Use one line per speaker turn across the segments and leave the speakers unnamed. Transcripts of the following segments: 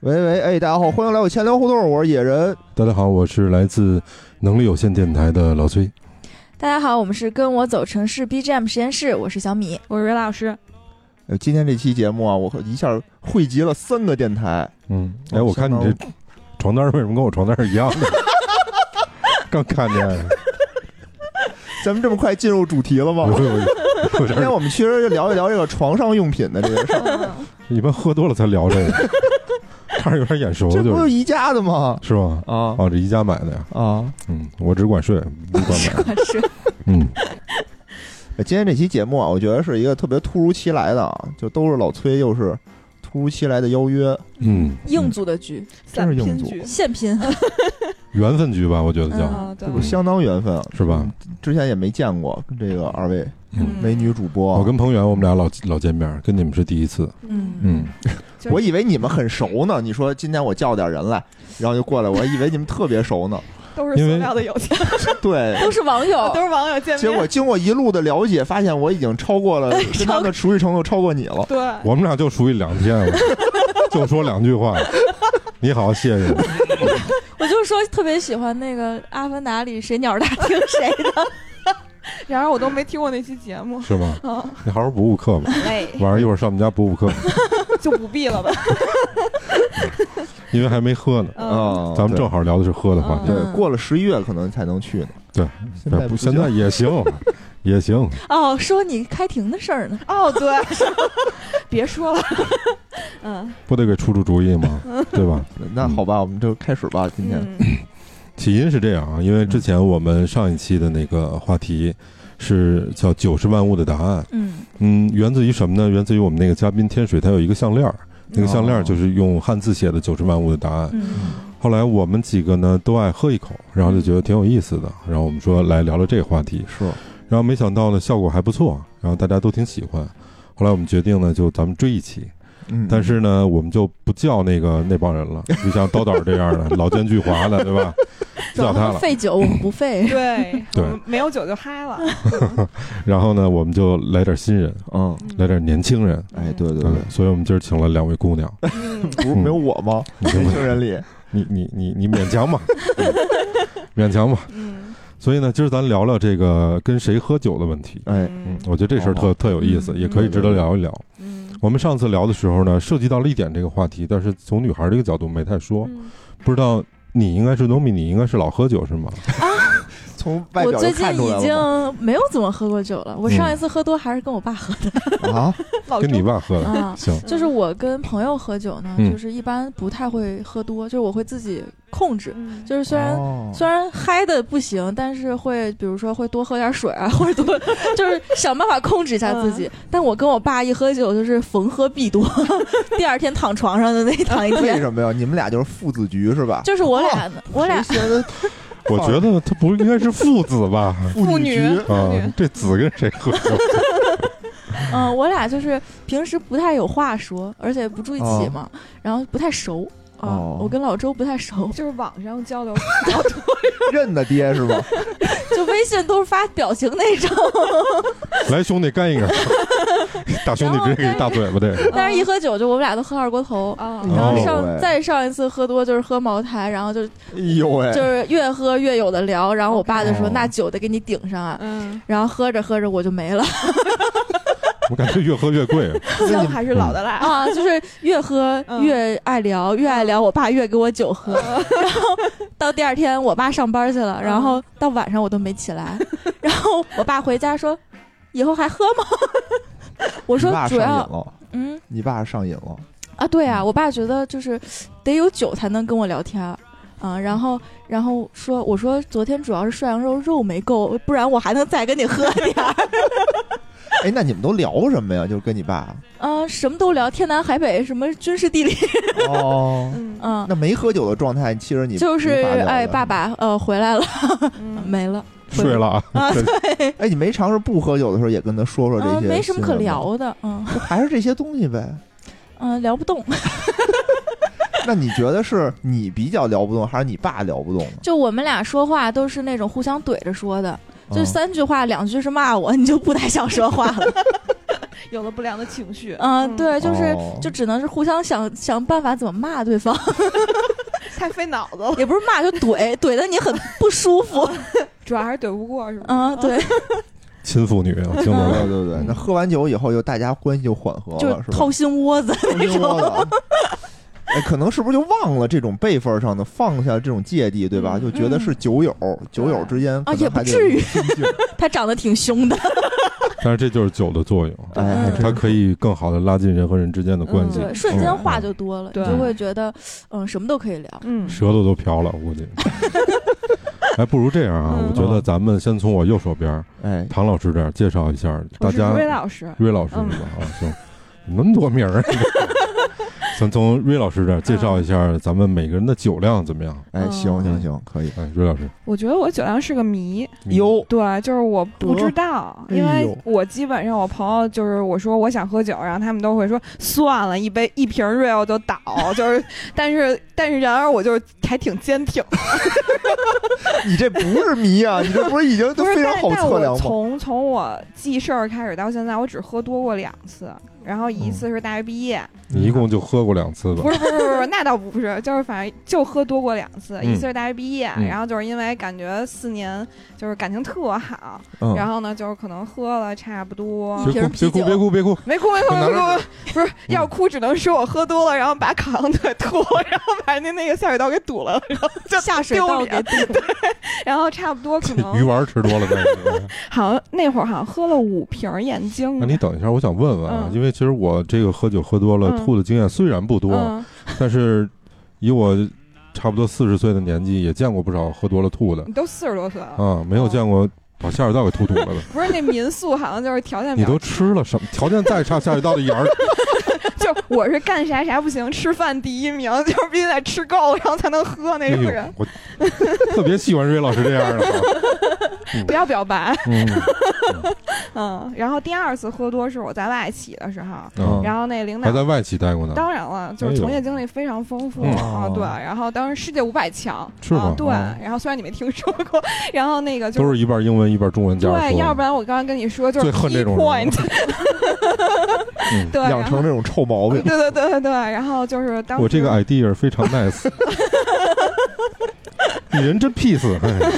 喂喂，哎，大家好，欢迎来我千聊互动，我是野人。
大家好，我是来自能力有限电台的老崔。
大家好，我们是跟我走城市 BGM 实验室，我是小米。
我是瑞老师，
呃今天这期节目啊，我一下汇集了三个电台，
嗯，哎，我看你这床单为什么跟我床单是一样 的？刚看见，
咱们这么快进入主题了吗
有？有有有
今天
点，
我们其实就聊一聊这个床上用品的这 个事儿，
你们喝多了才聊这 个，看着有点眼熟，
这
就
不就是宜家的吗？
是吧？
啊
哦，这宜家买的呀，
啊！
嗯，我只管睡，不管买，
是
嗯，
呃今天这期节目啊，我觉得是一个特别突如其来的啊，就都是老崔，又是突如其来的邀约，
嗯，
硬组的局，
真是
散
硬
拼
组
局
现拼。
缘分局吧，我觉得叫
啊，对
这，不相当缘分啊，
是吧？
之前也没见过跟这个二位
嗯，
美女主播，
我跟彭源我们俩老老见面，跟你们是第一次，
嗯，
嗯，
我以为你们很熟呢。你说今天我叫点人来，然后就过来，我还以为你们特别熟呢。
都是
因为
塑料的友情，
对，
都是网
都
友，
是网友见面，
结果经过一路的了解，发现我已经超过了 跟他们的熟悉程度超过你了。
对，
我们俩就熟悉两天 了，就说两句话，你好，谢谢。
我就说特别喜欢那个《阿凡达》里谁鸟大听谁的，
然而我都没听过那期节目，
是吗？
啊，
你好好补补课吧，
累，
晚上一会儿上我们家补补课，
就不必了吧，
因为还没喝呢。
哦
嗯，
咱们正好聊的是喝的话
嗯
题，
对过了十一月可能才能去呢。
对，
现哦在
对
不
不现在也行，也行。
哦，说你开庭的事儿呢，
哦，对， 别说了，嗯
不得给出出主意吗？对吧？
那好
嗯
吧，我们就开始吧。今天
嗯，
起因是这样啊，因为之前我们上一期的那个话题是叫“九十万物的答案
嗯，”，
嗯，源自于什么呢？源自于我们那个嘉宾天水，他有一个项链儿，那个项链儿就是用汉字写的“九十万物的答案”。
嗯，
后来我们几个呢都爱喝一口，然后就觉得挺有意思的，然后我们说来聊聊这个话题。
是
然后没想到呢，效果还不错，然后大家都挺喜欢。后来我们决定呢，就咱们追一期，
嗯
但是呢，我们就不叫那个那帮人了，就像刀导这样的老奸巨猾的，对吧？不叫他了。
费酒我们不费，
对，
对
我们没有酒就嗨了，
然后呢，我们就来点新人，
嗯，
来点年轻人。
哎，对对对，，
嗯所以我们今儿请了两位姑娘，
嗯，
不是没有我吗？
你
年轻人里，
你你你你勉强吧， 勉强吧。
嗯，
所以呢，今儿咱聊聊这个跟谁喝酒的问题。
哎，
嗯
嗯，
我觉得这事儿
好
特特有意思，
嗯
也可以值得聊一聊。
嗯，
我们上次聊的时候呢，涉及到了一点这个话题，但是从女孩这个角度没太说。
嗯
不知道你应该是农民，你应该是老喝酒是吗？
从 外表
我
就
最近
看出来
已
了嗯
经没有怎么喝过酒了，我上一次喝多还是跟我爸 喝的
吗啊，
老
跟
周嗯
你爸喝的。
啊。
行，
就是我跟朋友喝酒呢，
嗯
就是一般不太会喝多，就是我会自己控制，
嗯
就是虽然
哦
虽然嗨的不行，但是会比如说会多喝点水啊， 或者多就是想办法控制一下自己。但我跟我爸一喝酒就是逢喝必多， 第二天躺床上的那躺一
为
天。
什么呀？你们俩就是父子局是吧？
就是我俩呢，我俩
谁先的
我觉得他不应该是父子 吧？
妇
女
局
啊
妇女，
这子跟谁喝酒？
嗯、我俩就是平时不太有话说，而且不住一起嘛，然后不太熟啊。
哦
我跟老周不太熟，
就是网上交流，
认的爹是吧？
就微信都是发表情那种，
来，兄弟干 一个！大兄弟直接给一大嘴巴，这个
但是一喝酒就我们俩都喝二锅头。
啊，
然后
哦
上、
喂
再上一次喝多就是喝茅台，然后就
哎呦喂，
就是越喝越有的聊，然后我爸就说：“
哦
那酒得给你顶上啊。
嗯，”
然后喝着喝着我就没 了
我感觉越喝越 贵。
姜还是老的辣，
啊，就是越喝
嗯
越爱聊，越爱聊，我爸越给我酒 喝。然后到第二天我爸上班去了，
嗯
然后到晚上我都没起来，然后我爸回家说：“以后还喝吗？” 我说
你爸：“
主
上瘾
要
了，
嗯
你爸上瘾了。
啊，对啊，我爸觉得就是得有酒才能跟我聊天儿。”啊、然后，然后说，我说昨天主要是涮羊肉肉没够，不然我还能再跟你喝点儿。
哎，那你们都聊什么呀？就是跟你爸。
嗯，什么都聊，天南海北，什么军事地 理，
哦，
嗯
嗯，
那没喝酒的状态，其实你
就是
没法聊的
哎，爸。爸，呃，回来了，
嗯，
没了，回
睡了啊，
啊，
这
对，
哎，你没尝试不喝酒的时候也跟他说说这些、
嗯，没什么可，聊的，嗯
就还是这些东西呗。
嗯，聊不动。
那你觉得是你比较聊不动，还是你爸聊不动呢？
就我们俩说话都是那种互相怼着说的，就
嗯
三句话，两句是骂我，你就不太想说话了。
有了不良的情绪。嗯
啊，对，就是
哦
就只能是互相想想办法怎么骂对方，
太费脑子 了，
也不是骂，就怼，怼的你很不舒 服。
主要还是怼不过，是嗯吧？
啊，对，
亲妇女，啊
嗯
我听懂
对
了。
对对，那喝完酒以后，就大家关系就缓和
就
了，是吧？
掏心窝子。
偷心窝子。哎，可能是不是就忘了这种辈分上的放下这种芥蒂，对吧？
嗯
就觉得是酒友，酒友之间可能
嗯啊也不
还得
至于
亲近
他长得挺凶的，
但是这就是酒的作用，
哎，还
嗯
真是
它可以更好的拉近人和人之间的关系。嗯
对， 哦瞬间话就多了，你
对
就会觉得嗯，什么都可以聊。
嗯
舌头都飘了，我 估计。哎，不如这样啊，
嗯
我觉得咱们先从我右手边儿
哎，
唐老师这儿介绍一下大
我是
家。
瑞老师，嗯
瑞老师是吧？啊，行，那么多名儿啊。 咱从瑞老师这儿介绍一下咱们每个人的酒量怎么样？
哎，
嗯
行行行，可以。
哎，瑞老师，
我觉得我酒量是个谜，
你，
对，就是我不知道，
得
因
哎
为
呦
我基本上我朋友就是我说我想喝酒，然后他们都会说算了，一杯一瓶 real 就 倒，就是，但是但是然而我就是还挺坚挺，
你这不是迷 啊，你这不是已经都
不是
非常
但
好
但
测量
我
吗？
从从我记事儿开始到现在，我只喝多过两次，然后一
嗯
次是大学毕业，
你一共就喝过两 次吧
不？是不是不是，那倒不是，就是反正就喝多过两次，
嗯
一次是大学毕业，
嗯
然后就是因为感觉四年就是感情特好，
嗯
然后呢就是可能喝了差不多。
嗯
别哭，别
瓶啤
哭，别
酒
哭，别哭！
没哭没哭
就拿
没
着
哭，不
嗯
是要哭，只能说我喝多了，然后把烤羊腿吐，然后把那那个下水道给堵 了，然后就
下水
丢
道
脸
给 堵了，
然后差不多可能
鱼丸吃多 了再。
好像那会儿好像喝了五瓶燕京
啊那，你等一下，我想问问啊，
嗯
因为其实我这个喝酒喝多了
嗯
吐的经验虽然不多，
嗯，
但是以我差不多四十岁的年纪，也见过不少喝多了吐的
你都四十多岁了，
啊，没有见过把下水道给吐吐了 的。
不是那民宿好像就是条件比
你
较
都吃了什么？条件再差，下水道的眼 儿
就我是干啥啥不行，吃饭第一名， 就是必须得吃够，然后才能喝那种
哎
人
呦。，我 特别喜欢瑞老师这样的啊。
不要 表白，
嗯，
嗯。然后第二次喝多是我在外企的时候，
嗯
然后那领
还
导
在哎外企待过呢，
当然了，就是从业经历非常丰富、
哎呦
啊，
嗯
对。然后当时世界五百强
是吗
啊，对。
嗯
然后虽然你没听说过，然后那个就
都是一半英文一半中文加着
对，
说
要不然我刚刚跟你说就是
最恨
key
这种人
point，
嗯
对，
养
然后
成这种臭毛
对
病，
对对对对，然后就是当时
我这个 idea 非常 nice，你人真 peace，哎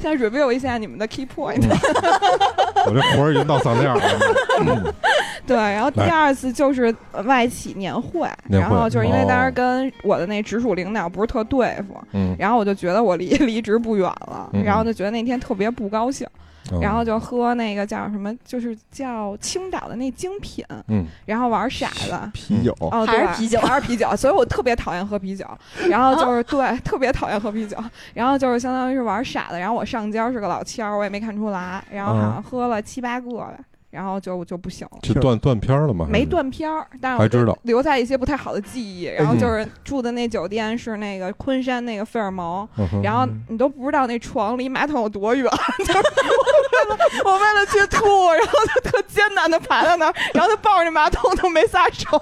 现在 review 一下你们的 key point，
我这活儿已经到嗓子眼儿了。嗯
对，然后第
来
二次就是呃外企年会，
年
然
会
后就是因为当时
哦
跟我的那直属领导不是特对付，
嗯
然后我就觉得我离 离职不远了，
嗯嗯
然后就觉得那天特别不高兴，
嗯，
然后就喝那个叫什么，就是叫青岛的那精品，
嗯，
然后玩骰子。
啤酒
哦，
还是
对
啤酒哦
还是啤酒，所以我特别讨厌喝 啤酒。然后就是、对，特别讨厌喝啤酒。然后就是相当于是玩傻子。然后我上家是个老千儿，我也没看出来。然
啊
后好像喝了七八个吧，然后就就不行了。
就断断片儿了嘛，
没断片儿，但是我
还知道嗯
留下一些不太好的记忆。然后就是住的那酒店是那个昆山那个费尔蒙，
还是。
然后你都不知道那床离马桶有多远，就是我为了 我为了去吐，然后就特艰难的爬到那儿，然后就抱着那马桶都没撒 手。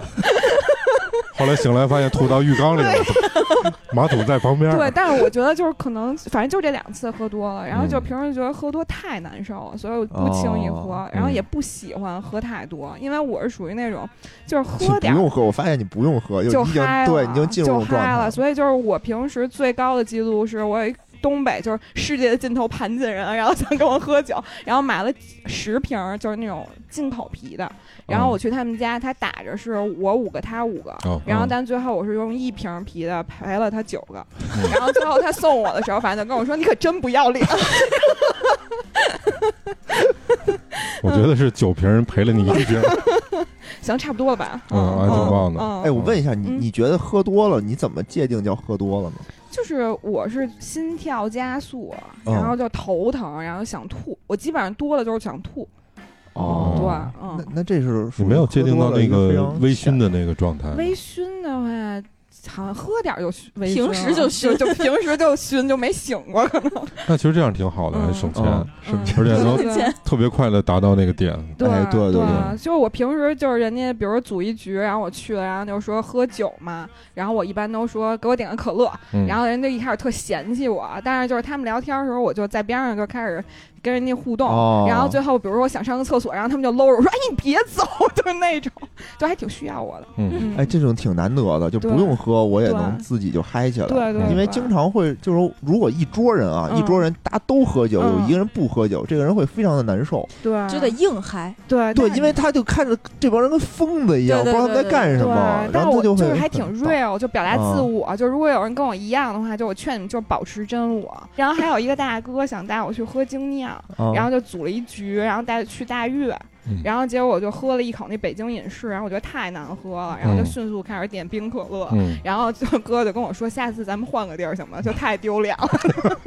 后来醒来发现吐到浴缸里了， 马桶在旁边儿。
对，但是我觉得就是可能，反正就这两次喝多了，然后就
嗯
平时觉得喝多太难受了，所以我不轻易喝，
哦
然后
嗯
也不喜欢喝太多，因为我是属于那种就是
你
喝
不
点儿
用喝，我发哎现你不用喝，
就
已经
嗨了，
对，你已经进入这
就
种状
嗨
态
了。。所以就是我平时最高的记录是我有一东北就是世界的尽头盘锦人，然后想跟我喝酒，然后买了十瓶儿就是那种进口啤的，然
哦
后我去他们家，他打着是我五个，他五个。
哦
然后，
嗯
但最后我是用一瓶啤的赔了他九个，
嗯
然后最后他送我的时候，反正就跟我说：“你可真不要脸。
我觉得是酒瓶儿赔了你一瓶儿，”
行，差不多了吧？
嗯，还挺棒的。
嗯，
哎，我问一下，你
嗯
你觉得喝多了，你怎么界定叫喝多了呢？
就是我是心跳加速，
嗯
然后就头疼，然后想吐。我基本上多了就是想吐。
哦
对，
那
嗯，
那这是属
你
于
没有界定到
喝多了
那
一个非
个
常
微醺的那个状态吗，
微醺的话。好像喝点儿就醺微醺了，
平时就醺
就平时就醺，就没醒过，可能
那其实这样挺好的，
嗯
还省钱，
嗯
嗯
而且能
对对对
特别快的达到那个点。
对、
哎对对
对
对
就是我平时就是人家，比如组一局，然后我去了，然后就说喝酒嘛，然后我一般都说给我点个可乐，
嗯，
然后人家一开始特嫌弃我，但是就是他们聊天的时候，我就在边上就开始跟人家互动，
哦
然后最后比如说我想上个厕所，然后他们就搂着我说：“哎，你别走！” 就是那种，就还挺需要我的。
嗯，
嗯，
哎，这种挺难得的，就不
对
用喝，我也
对
能自己就嗨起来。
对对，
因为
对
经常会就是说，如果一桌人啊，
嗯
一桌人大家都喝酒，
嗯
有一个人不喝酒，这个人会非常的难受。
对
就得硬嗨，
对
哎对，
但
因为他就看着这帮人跟疯子一样，不知
对对
道他们在干什
对
么，，然
但
后
我
他会
是还挺
很
real，就表达自
啊
我。就如果有人跟我一样的话，就我劝你们就保持真我。然后还有一个大哥想带我去喝精酿，
啊
然后就组了一局，然后带去大悦
嗯，
然后结果我就喝了一口那北京饮式，然后我觉得太难喝了，然后就
嗯
迅速开始点冰可乐，
嗯，
然后就哥就跟我说，下次咱们换个地儿行吗？就太丢脸了。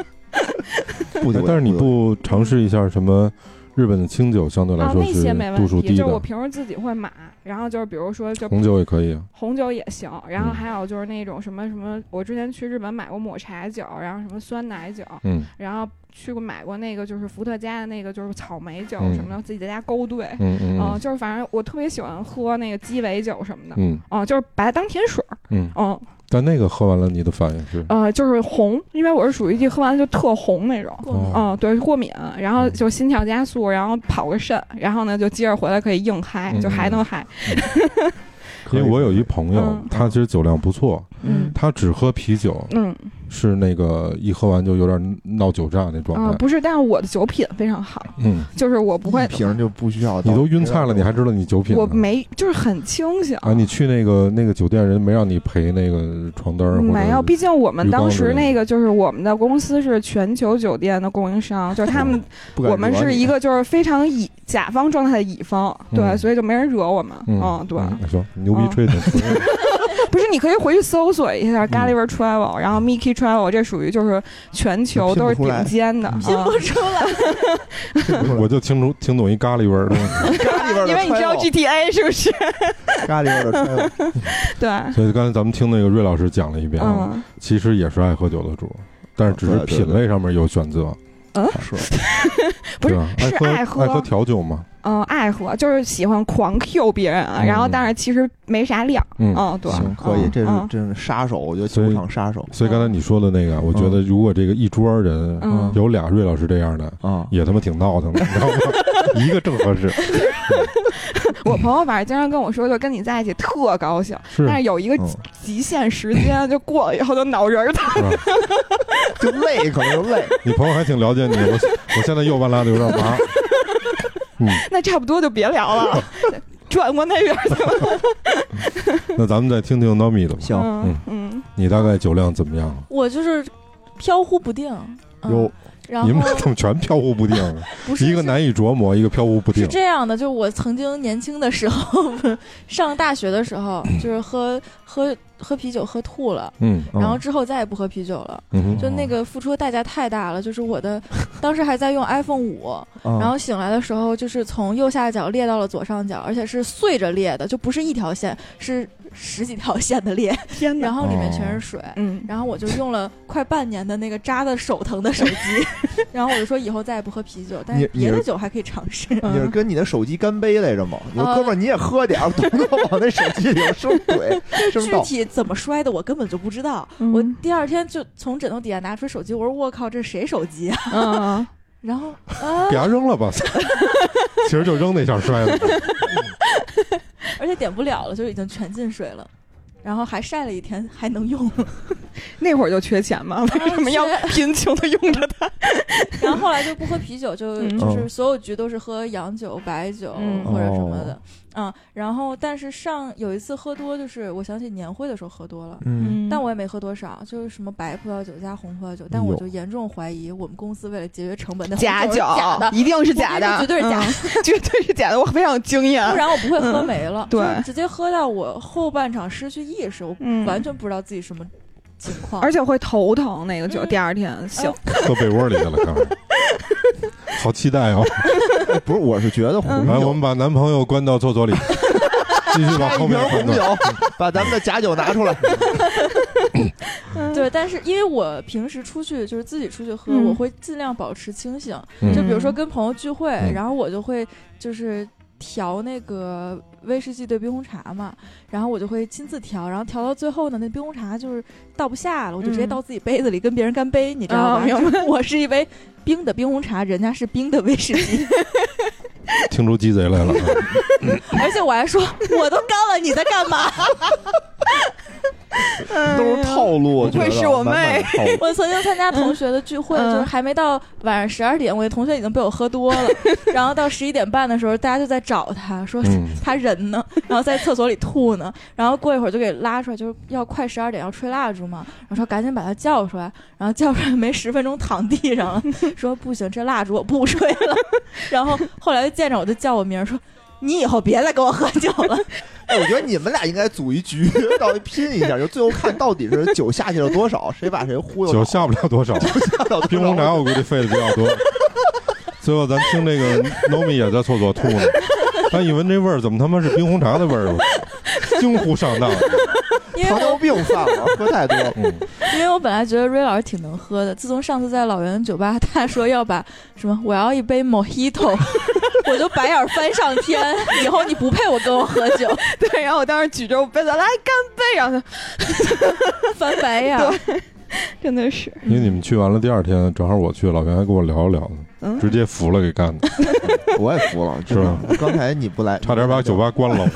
不
哎
丢，
但是你
丢
不尝试一下什么日本的清酒，相对来
啊，
说
那
是
些没问
度数
题，
低
就是
的，
我平时自己会买，然后就是比如说就
红酒也可以。
红酒也行，然后
嗯
还有就是那种什么什么，我之前去日本买过抹茶酒，然后什么酸奶酒，
嗯
然后去过买过那个就是伏特加的那个就是草莓酒
嗯
什么的，自己在家勾兑，
嗯嗯
嗯，
嗯
就是反正我特别喜欢喝那个鸡尾酒什么的，
嗯
嗯，就是把它当甜水儿，
嗯，
嗯
但那个喝完了，你的反应是
呃，就是红，因为我是属于一喝完就特红那种。
过敏
哦
嗯，对，过敏，然后就心跳加速，然后跑个肾，然后呢就接着回来可以硬嗨，
嗯
就还能嗨。
可
因
以
为我有一朋友
嗯，
他其实酒量不错，
嗯
他只喝啤酒，
嗯
是那个一喝完就有点闹酒炸那
啊、
状态。
不是，但是我的酒品非常好，
嗯，
就是我不会
一，瓶就不需要倒，
你都晕菜了，你还知道你酒品呢？
我没就是很清醒。
啊，你去那个那个酒店，人没让你陪那个床单儿，或者
没有，毕竟我们
绿
当
光之
时
类的
那个就是我们的公司是全球酒店的供应商，就是 他们
不敢
我们
惹
是
你
一个就是非常乙甲方状态的乙方，对，
嗯
所以就没人惹我们。
嗯
哦对，
嗯行，牛逼
嗯
吹的，
不是，你可以回去搜索一下 Gulliver Travel，、然后 Mickey Travel，这属于就是全球
拼
都
不
是
出来
顶尖
嗯
的，
拼
啊
不出来，
我就听出听懂一咖喱味儿的东西。
咖喱味儿的
因为你知道
travel
GTA 是不是？
咖喱味儿的 travel，
对，
所以刚才咱们听那个瑞老师讲了一遍，啊，
嗯，
其实也是爱喝酒的主，但是只
啊
是
对对
品类上面有选择，
是
不是
对吧啊
是
爱
爱喝
爱喝调酒嘛，
嗯，爱喝就是喜欢狂 Q 别人，啊
嗯
然后但是其实没啥量，
嗯
嗯，对，
行可以，
嗯
这 是啊
嗯
这是杀手，我觉得
所以
酒场杀手
所以刚才你说的那个，我觉
嗯
得如果这个一桌人
嗯
有俩瑞老师这样的，
啊，
也他妈挺闹腾的，你知道吗？一个正合适，
我朋友反正经常跟我说，就跟你在一起特高兴，
是
但是有一个
嗯
极极限时间就过了以后就脑仁儿疼，
是吧？
就累，可能就累，
你朋友还挺了解你，我我现在右半拉的有点麻，
那差不多就别 聊了，转过那边儿去了。
那咱们再听听 Nomi 的吧，
行
嗯嗯，
你大概酒量怎么样？ 啊
我就是飘忽不 定。嗯
有，
然
你们
后
怎么全飘忽不定啊？
不是
一个
是
难以琢磨，一个飘忽不定
是。这样的，就我曾经年轻的时候， 上大学的时候，就是喝喝喝啤酒喝吐了，
嗯
嗯
然后之后再也不喝啤酒了。
嗯哼
就那个付出的代价太大了，就是我的当时还在用 iPhone 五，
哦
嗯
啊
然后醒来的时候就是从右下角裂到了左上角，而且是碎着裂的，就不是一条线，是十几条线的裂，
天
然
哪，
后里面全是水。
嗯，
然后我就用了快半年的那个扎的手疼的手机， 然后我就说以后再也不喝啤酒，但
你
是
你
别的
是
酒还可以尝 试。
你是
嗯
跟你的手机干杯来着吗？我说哥们儿，你也喝点儿，别老往那手机里头生 鬼，生
具
倒。
体怎么摔的我根本就不知道，
嗯
我第二天就从枕头底下拿出手机，我说我靠，这是谁手机啊？
嗯，
然 后啊
给，他扔 了吧，其实就扔那下摔了。
而且点不了了，就已经全进水了。然后还晒了一天，还能用。
那会儿就缺钱
啊
嘛， 为什么要贫穷的用着它？
然后后来就不喝啤酒，就
嗯
就是所有局都是喝洋酒、白酒
嗯
或者什么的。嗯，然后但是上有一次喝多，就是我想起年会的时候喝多了，
嗯，
但我也没喝多少，就是什么白葡萄酒加红葡萄酒，但
哎
我
呦
就严重怀疑我们公司为了节约成本，那红
假
酒是
酒
假的，
一定 是假的，
我跟你说绝对是假的
嗯，绝对是假的，我非常有经验
不。然我不会喝没了，
嗯对
就是直接喝到我后半场失去意识，我
嗯
完全不知道自己什么情况。
而且会头疼，那个酒
嗯
第二天醒，
搁被窝里去了，刚才。好期待哦！
哎不是，我是觉得
嗯
嗯
红
来，我
酒
们把男朋友关到厕 所里，继续往
开
后
一瓶
面
哎
红
翻转。
酒，嗯把咱们的假酒拿出来。
对，但是因为我平时出去就是自己出去喝，
嗯
我会尽量保持清醒。
嗯
就比如说跟朋友聚会，
嗯
然后我就会就是调那个威士忌兑冰红茶嘛，然后我就会亲自调，然后调到最后呢，那冰红茶就是倒不下了，我就直接
嗯
倒自己杯子里跟别人干杯，你知道
啊
吧？
明
我是一杯冰的冰红茶，人家是冰的威士 忌，
听出鸡贼来了。啊
而且我还说我都干了，你在干嘛？
嗯
都是套路，我觉得
不愧是我妹
满满的套路
我曾经参加同学的聚会，
嗯
就是还没到晚上十二点，我的同学已经被我喝多 了，然后到十一点半的时候，大家就在找他说
嗯，
他人呢，然后在厕所里吐呢，然后过一会儿就给拉出来，就是要快十二点要吹蜡烛嘛，然后说赶紧把他叫出来，然后叫出来没十分钟躺地 上了，说不行，这蜡烛我不吹了， 然后后来就见着我就叫我名儿说。你以后别再跟我喝酒了，
哎，我觉得你们俩应该组一局， 到底拼一下，就最后看到底是酒下去了多少，谁把谁忽悠
酒
倒
下不了多少，
下到
冰红茶我估计费的比较多。最后咱听这个 Nomi 也在厕所吐呢，咱一闻这味儿，怎么他妈是冰红茶的味儿？我惊呼上当。
因为
糖
我
尿病犯了，喝太多了。
嗯，
因为我本来觉得瑞老师挺能喝的，自从上次在老袁酒吧，他说要把什么我要一杯 Mojito，我就白眼翻上天，以后你不配我跟我喝酒，
对，然后我当时举着我杯子来干杯，然后
翻白眼。
他真的是，
因为你们去完了，第二天正好我去，老袁还跟我聊一聊呢，
嗯，
直接服了给干的，
我也服了，
是吧？
刚才你不来，
差点把酒吧关了。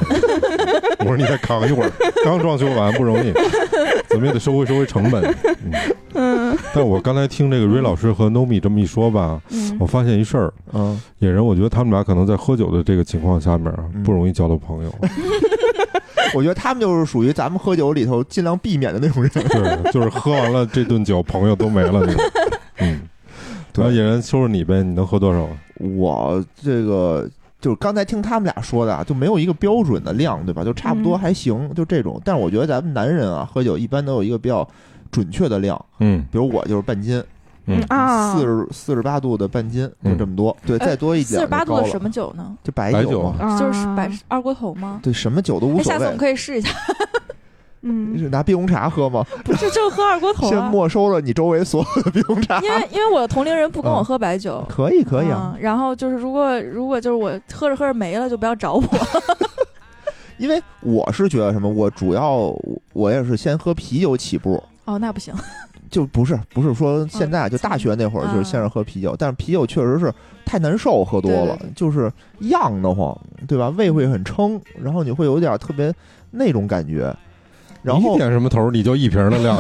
我说你再扛一会儿，刚装修完不容易，怎么也得收回收回成本。嗯，但我刚才听这个瑞老师和 Nomi 这么一说吧，
嗯
我发现一事儿，
嗯，
野人，我觉得他们俩可能在喝酒的这个情况下面啊
嗯
不容易交到 朋友，
我觉得他们就是属于咱们喝酒里头尽量避免的那种人。
对，就是喝完了这顿酒，朋友都没了那种。嗯，
对
那野人收拾你呗，你能喝多少啊？
我这个就是刚才听他们俩说的啊，就没有一个标准的量，对吧？就差不多
嗯
还行，就这种。但是我觉得咱们男人啊，喝酒一般都有一个比较准确的量，
嗯
比如我就是半斤，
嗯
啊，
四十四十八度的半斤，就这么多。对，
呃
再多一
四
点
十
就
八度
高
的
了
什么酒呢？
就白
白
酒嘛
酒
啊
就是百事二锅头吗？
对，什么酒都无
哎，
所
下次我
谓。
们可以试一下，
嗯，
是拿冰红茶喝吗？
不是就喝二锅头
先
啊？
没收了你周围所有的冰红茶。
因为因为我的同龄人不跟我喝白酒。
可以，嗯可以啊，
嗯然后就是，如果如果就是我喝着喝着没了，就不要找我。
因为我是觉得什么，我主要我我也是先喝啤酒起步，
哦，那不行。
就不是不是说现在、啊
嗯
就大学那会儿
嗯
就是先是喝啤酒，但是啤酒确实是太难受，喝多了
对
就是漾得慌，对吧？胃会很撑，然后你会有点特别那种感觉。然
你
后
点什么头儿，你就一瓶的 量，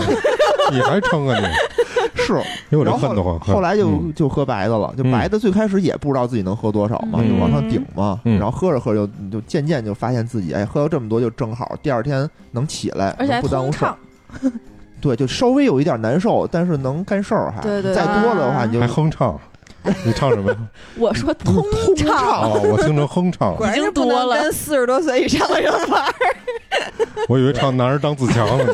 你还撑啊你？
是，
因为我这
然
恨得
后
慌。
后来就
嗯
就喝白的了，就
嗯
白的最开始也不知道自己能喝多少嘛，
嗯
就往上顶嘛，
嗯
然后喝着喝着就就渐渐就发现自己哎，喝到这么多就正好，第二天能起来，
而且
能
还
不耽
通
误事儿
畅，，
对，就稍微有一点难受，但是能干事儿还，
对对
再多了的话
啊
你就
还哼唱，你唱 什么呀？
我说通畅，
哦，我听成哼唱了，
果然是不能跟四十多岁以上的人玩儿。
我以为唱男儿当自强了呢。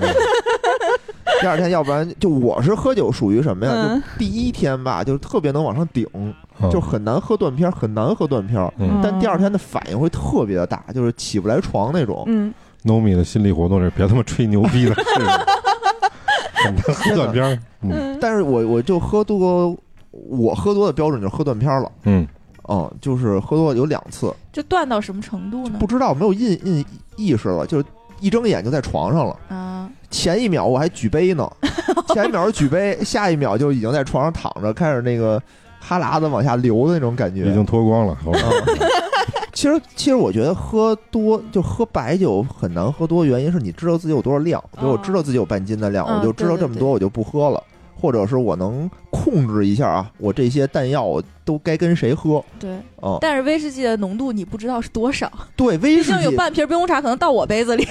第二天，要不然就我是喝酒属于什么呀？
嗯
就第一天吧，就特别能往上顶，
嗯
就很难喝断片儿，很难喝断片儿。
嗯
但第二天的反应会特别的大，就是起不来床那种。
嗯，
，Nomi 的心理活动是别他妈吹牛逼了， 是吧很难喝断边儿。嗯
嗯
但是我我就喝多，我喝多的标准就是喝断片儿了。
嗯，
嗯，就是喝多有两次，
就断到什么程度呢
不？知道没有印印意识了，就是一睁眼就在床上了。
啊，
前一秒我还举杯呢，前一秒是举杯，下一秒就已经在床上躺着，开始那个哈喇子往下流的那种感觉。
已经脱光了。后来
其实，其实我觉得喝多就喝白酒很难喝多，原因是你知道自己有多少量，比如我知道自己有半斤的量，
嗯
我就知道这么多，我就不喝了。或者是我能控制一下啊，我这些弹药我都该跟谁喝
对。
啊、
但是威士忌的浓度你不知道是多少，
对，威
毕
士
竟有
忌、
半瓶冰红茶可能到我杯子里。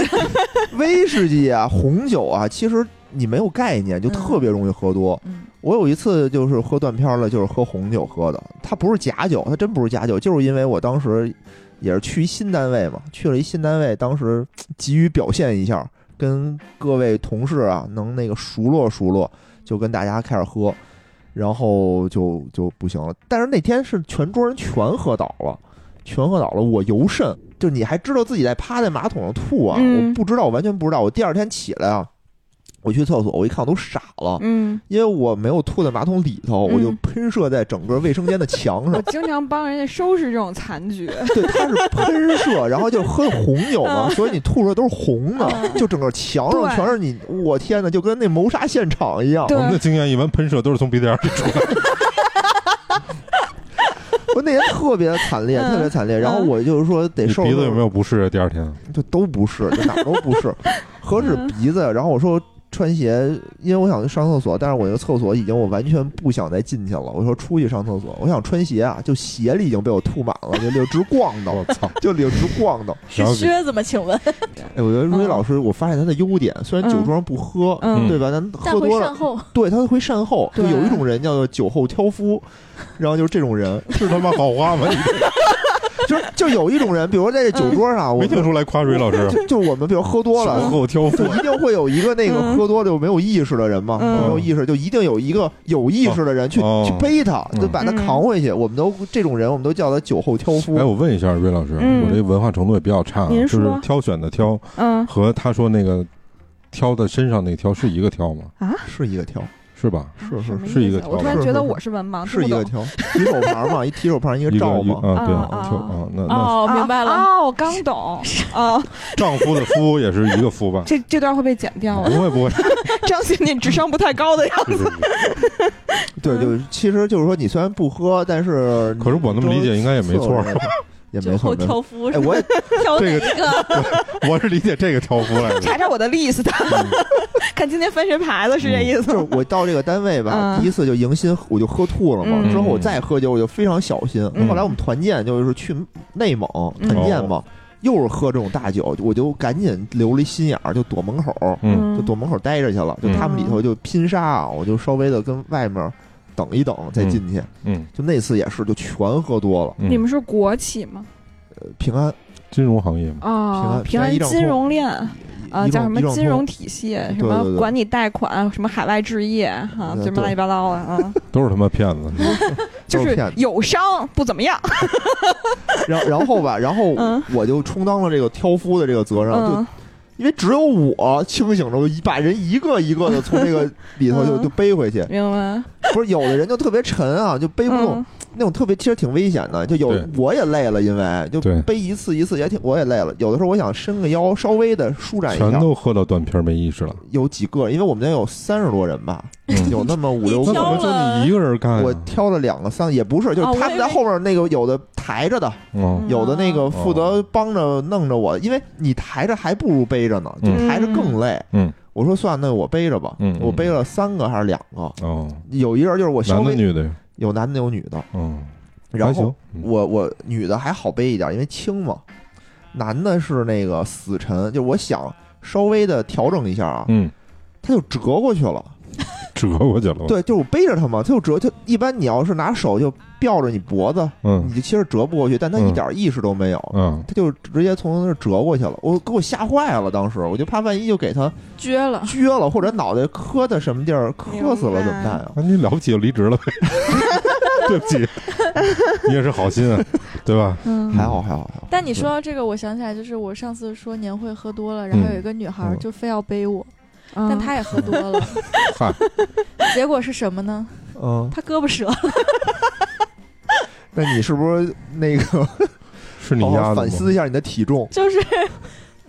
威士忌啊、红酒啊，其实你没有概念，就
嗯
特别容易喝多。
嗯，
我有一次就是喝断片儿了，就是喝红酒喝的，它不是假酒，它真不是假酒，就是因为我当时也是去一新单位嘛，去了一新单位，当时嘖急于表现一下，跟各位同事啊能那个熟络熟络，就跟大家开始喝，然后就就不行了。但是那天是全桌人全喝倒了，全喝倒了，我尤甚，就你还知道自己在趴在马桶上吐啊，
嗯
我不知道，我完全不知道，我第二天起来啊。我去厕所，我一看我都傻了，
嗯，
因为我没有吐在马桶里头，我就
嗯
喷射在整个卫生间的墙
我
上。
经常帮人家收拾这种残局，
对，它是喷射，然后就是喝红酒嘛，所以你吐出来都是红的，
嗯
就整个墙上
嗯对
全是你，我天呐，就跟那谋杀现场一样。
对
我们的经验一般喷射都是从鼻子眼儿里出来。
我那天特别惨烈，
嗯
特别惨烈。然后我就是说得
你
受，
鼻子有没有不适啊？第二天
就都不是，就哪儿都不是，何止
嗯
鼻子？然后我说穿鞋，因为我想去上厕所，但是我那个厕所已经我完全不想再进去了。我说出去上厕所，我想穿鞋啊，就鞋里已经被我吐满了，就溜直逛的，
我操！
就溜直逛的。
是
然后给
靴子吗？请问，
哎，我觉得瑞老师，我发现他的优点，虽然酒桌上不喝，
嗯
对吧？咱
但
喝
会
多
善
了，
后。
对他会善后。就
对
有一种人叫做酒后挑夫，然后就是这种人，
是他妈好话吗？你
就是就有一种人，比如说在这酒桌上，我
没
们
听出来夸瑞老师，
就就我们比如喝多了
酒，后挑 夫
就。一定会有一个那个
嗯
喝多了就没有意识的人嘛，
嗯
没有意识就一定有一个有意识的人去、
哦
去背他，
嗯
就把他扛回去。我们都这种人，我们都叫他酒后挑夫。
哎，我问一下瑞老师，
嗯
我这文化程度也比较差，啊
您
就
说
是挑选的挑
嗯
和他说那个挑的身上那挑是一个挑吗？
是一个挑，
是吧？
是
啊什
是
么
是一
意
个
思
条
我突然
是
觉
是
得
是
我是文盲，
是一
听
个
不懂
挑，提手旁嘛，一提手旁一个
一
赵
个一
嘛，
啊，对，
啊啊
挑啊，
嗯
那那
哦，明白了，
啊，我刚懂啊，
丈夫的夫也是一个夫
？
吧
这这段会被剪掉
不
了，
会不会，
彰显你智商不太高的样子。
不是不是
对，就是
嗯
其实就是说，你虽然不喝，但是
可是我那么理解应该也没错 儿，
也没
酒
错
后
儿。没错儿
挑夫
哎，
是吧
我也
挑哪
这
一
个
个？
我是理解这个挑夫来 的。
查查我的 list，看 今天翻谁牌子是这意思
就
吗
是？我到这个单位吧，
嗯
第一次就迎新，我就喝吐了嘛。
嗯
之后我再喝酒，我就非常小心。
嗯
后来我们团建就是去内蒙
嗯
团建嘛，又是喝这种大酒，我就赶紧留了一心眼儿，就躲门口，
嗯，
就躲门口待着去了。就
嗯
他们里头就拼杀啊，我就稍微的跟外面等一等再进去。
嗯
就那次也是，就全喝多了。
你
嗯，
们是国企吗？
呃平安
金融行业嘛，
啊，
平
平
安
安
一兆通
金融链啊，
一
叫什么
一通
金融体系，什
对
么
对
管你贷款，什么海外置业啊，
对
什么乱七八糟的啊，
都是他妈骗子。
就
都是
是
骗子
有伤不怎么样。
然然后吧，然后
嗯
我就充当了这个挑夫的这个责任，就
嗯，
因为只有我清醒着，我一把人一个一个的从那个里头就
嗯
就背回去。
明白。
不是有的人就特别沉啊，就背不动，
嗯
那种特别其实挺危险的。就有
对
我也累了，因为就
对
背一次一次也挺我也累了。有的时候我想伸个腰，稍微的舒展一
全
下。
都喝到断片儿没意识了。
有几个，因为我们那有三十多人吧，
嗯
有那么五六
那
个
怎。么就你一个啊人干呀？
我挑了两个三个，也不是，就
哦
是
我
他们
以为
在后面那个有的抬着的，
嗯，
有的那个
哦
负责帮着弄着我，因为你抬着还不如背着呢，就
嗯
抬着更累。
嗯，
我说算，那我背着吧。
嗯嗯
我背了三个还是两个？
哦，
有一人就是我稍
男的
微
女的呀？
有男的有女的，
嗯，
然
还行
后，
嗯
我我女的还好背一点，因为轻嘛。男的是那个死沉，就是我想稍微的调整一下啊，
嗯，
他就折过去了。
折过去了。，
对，就是我背着他嘛，他就折。就一般你要是拿手就吊着你脖子，
嗯
你就其实折不过去，但他
嗯
一点意识都没有。
嗯，
他就直接从那儿折过去了，我给我吓坏了。当时我就怕万一就给他
撅了，
撅了，或者脑袋磕在什么地儿磕死了
明白
怎么办啊？
那你了不起就离职了呗。 对不起，你也是好心啊，对吧？
嗯，
还好还好还好。
但你说到这个，我想起来，就是我上次说年会喝多了，然后有一个女孩
嗯
就非要背我，但
但
她也喝多 了，
嗨，
结果是什么呢？
对，嗯，
她胳膊折了，
那你是不是那个
是你
好
丫
好
的
反
吗？
思一下你的体重？
就是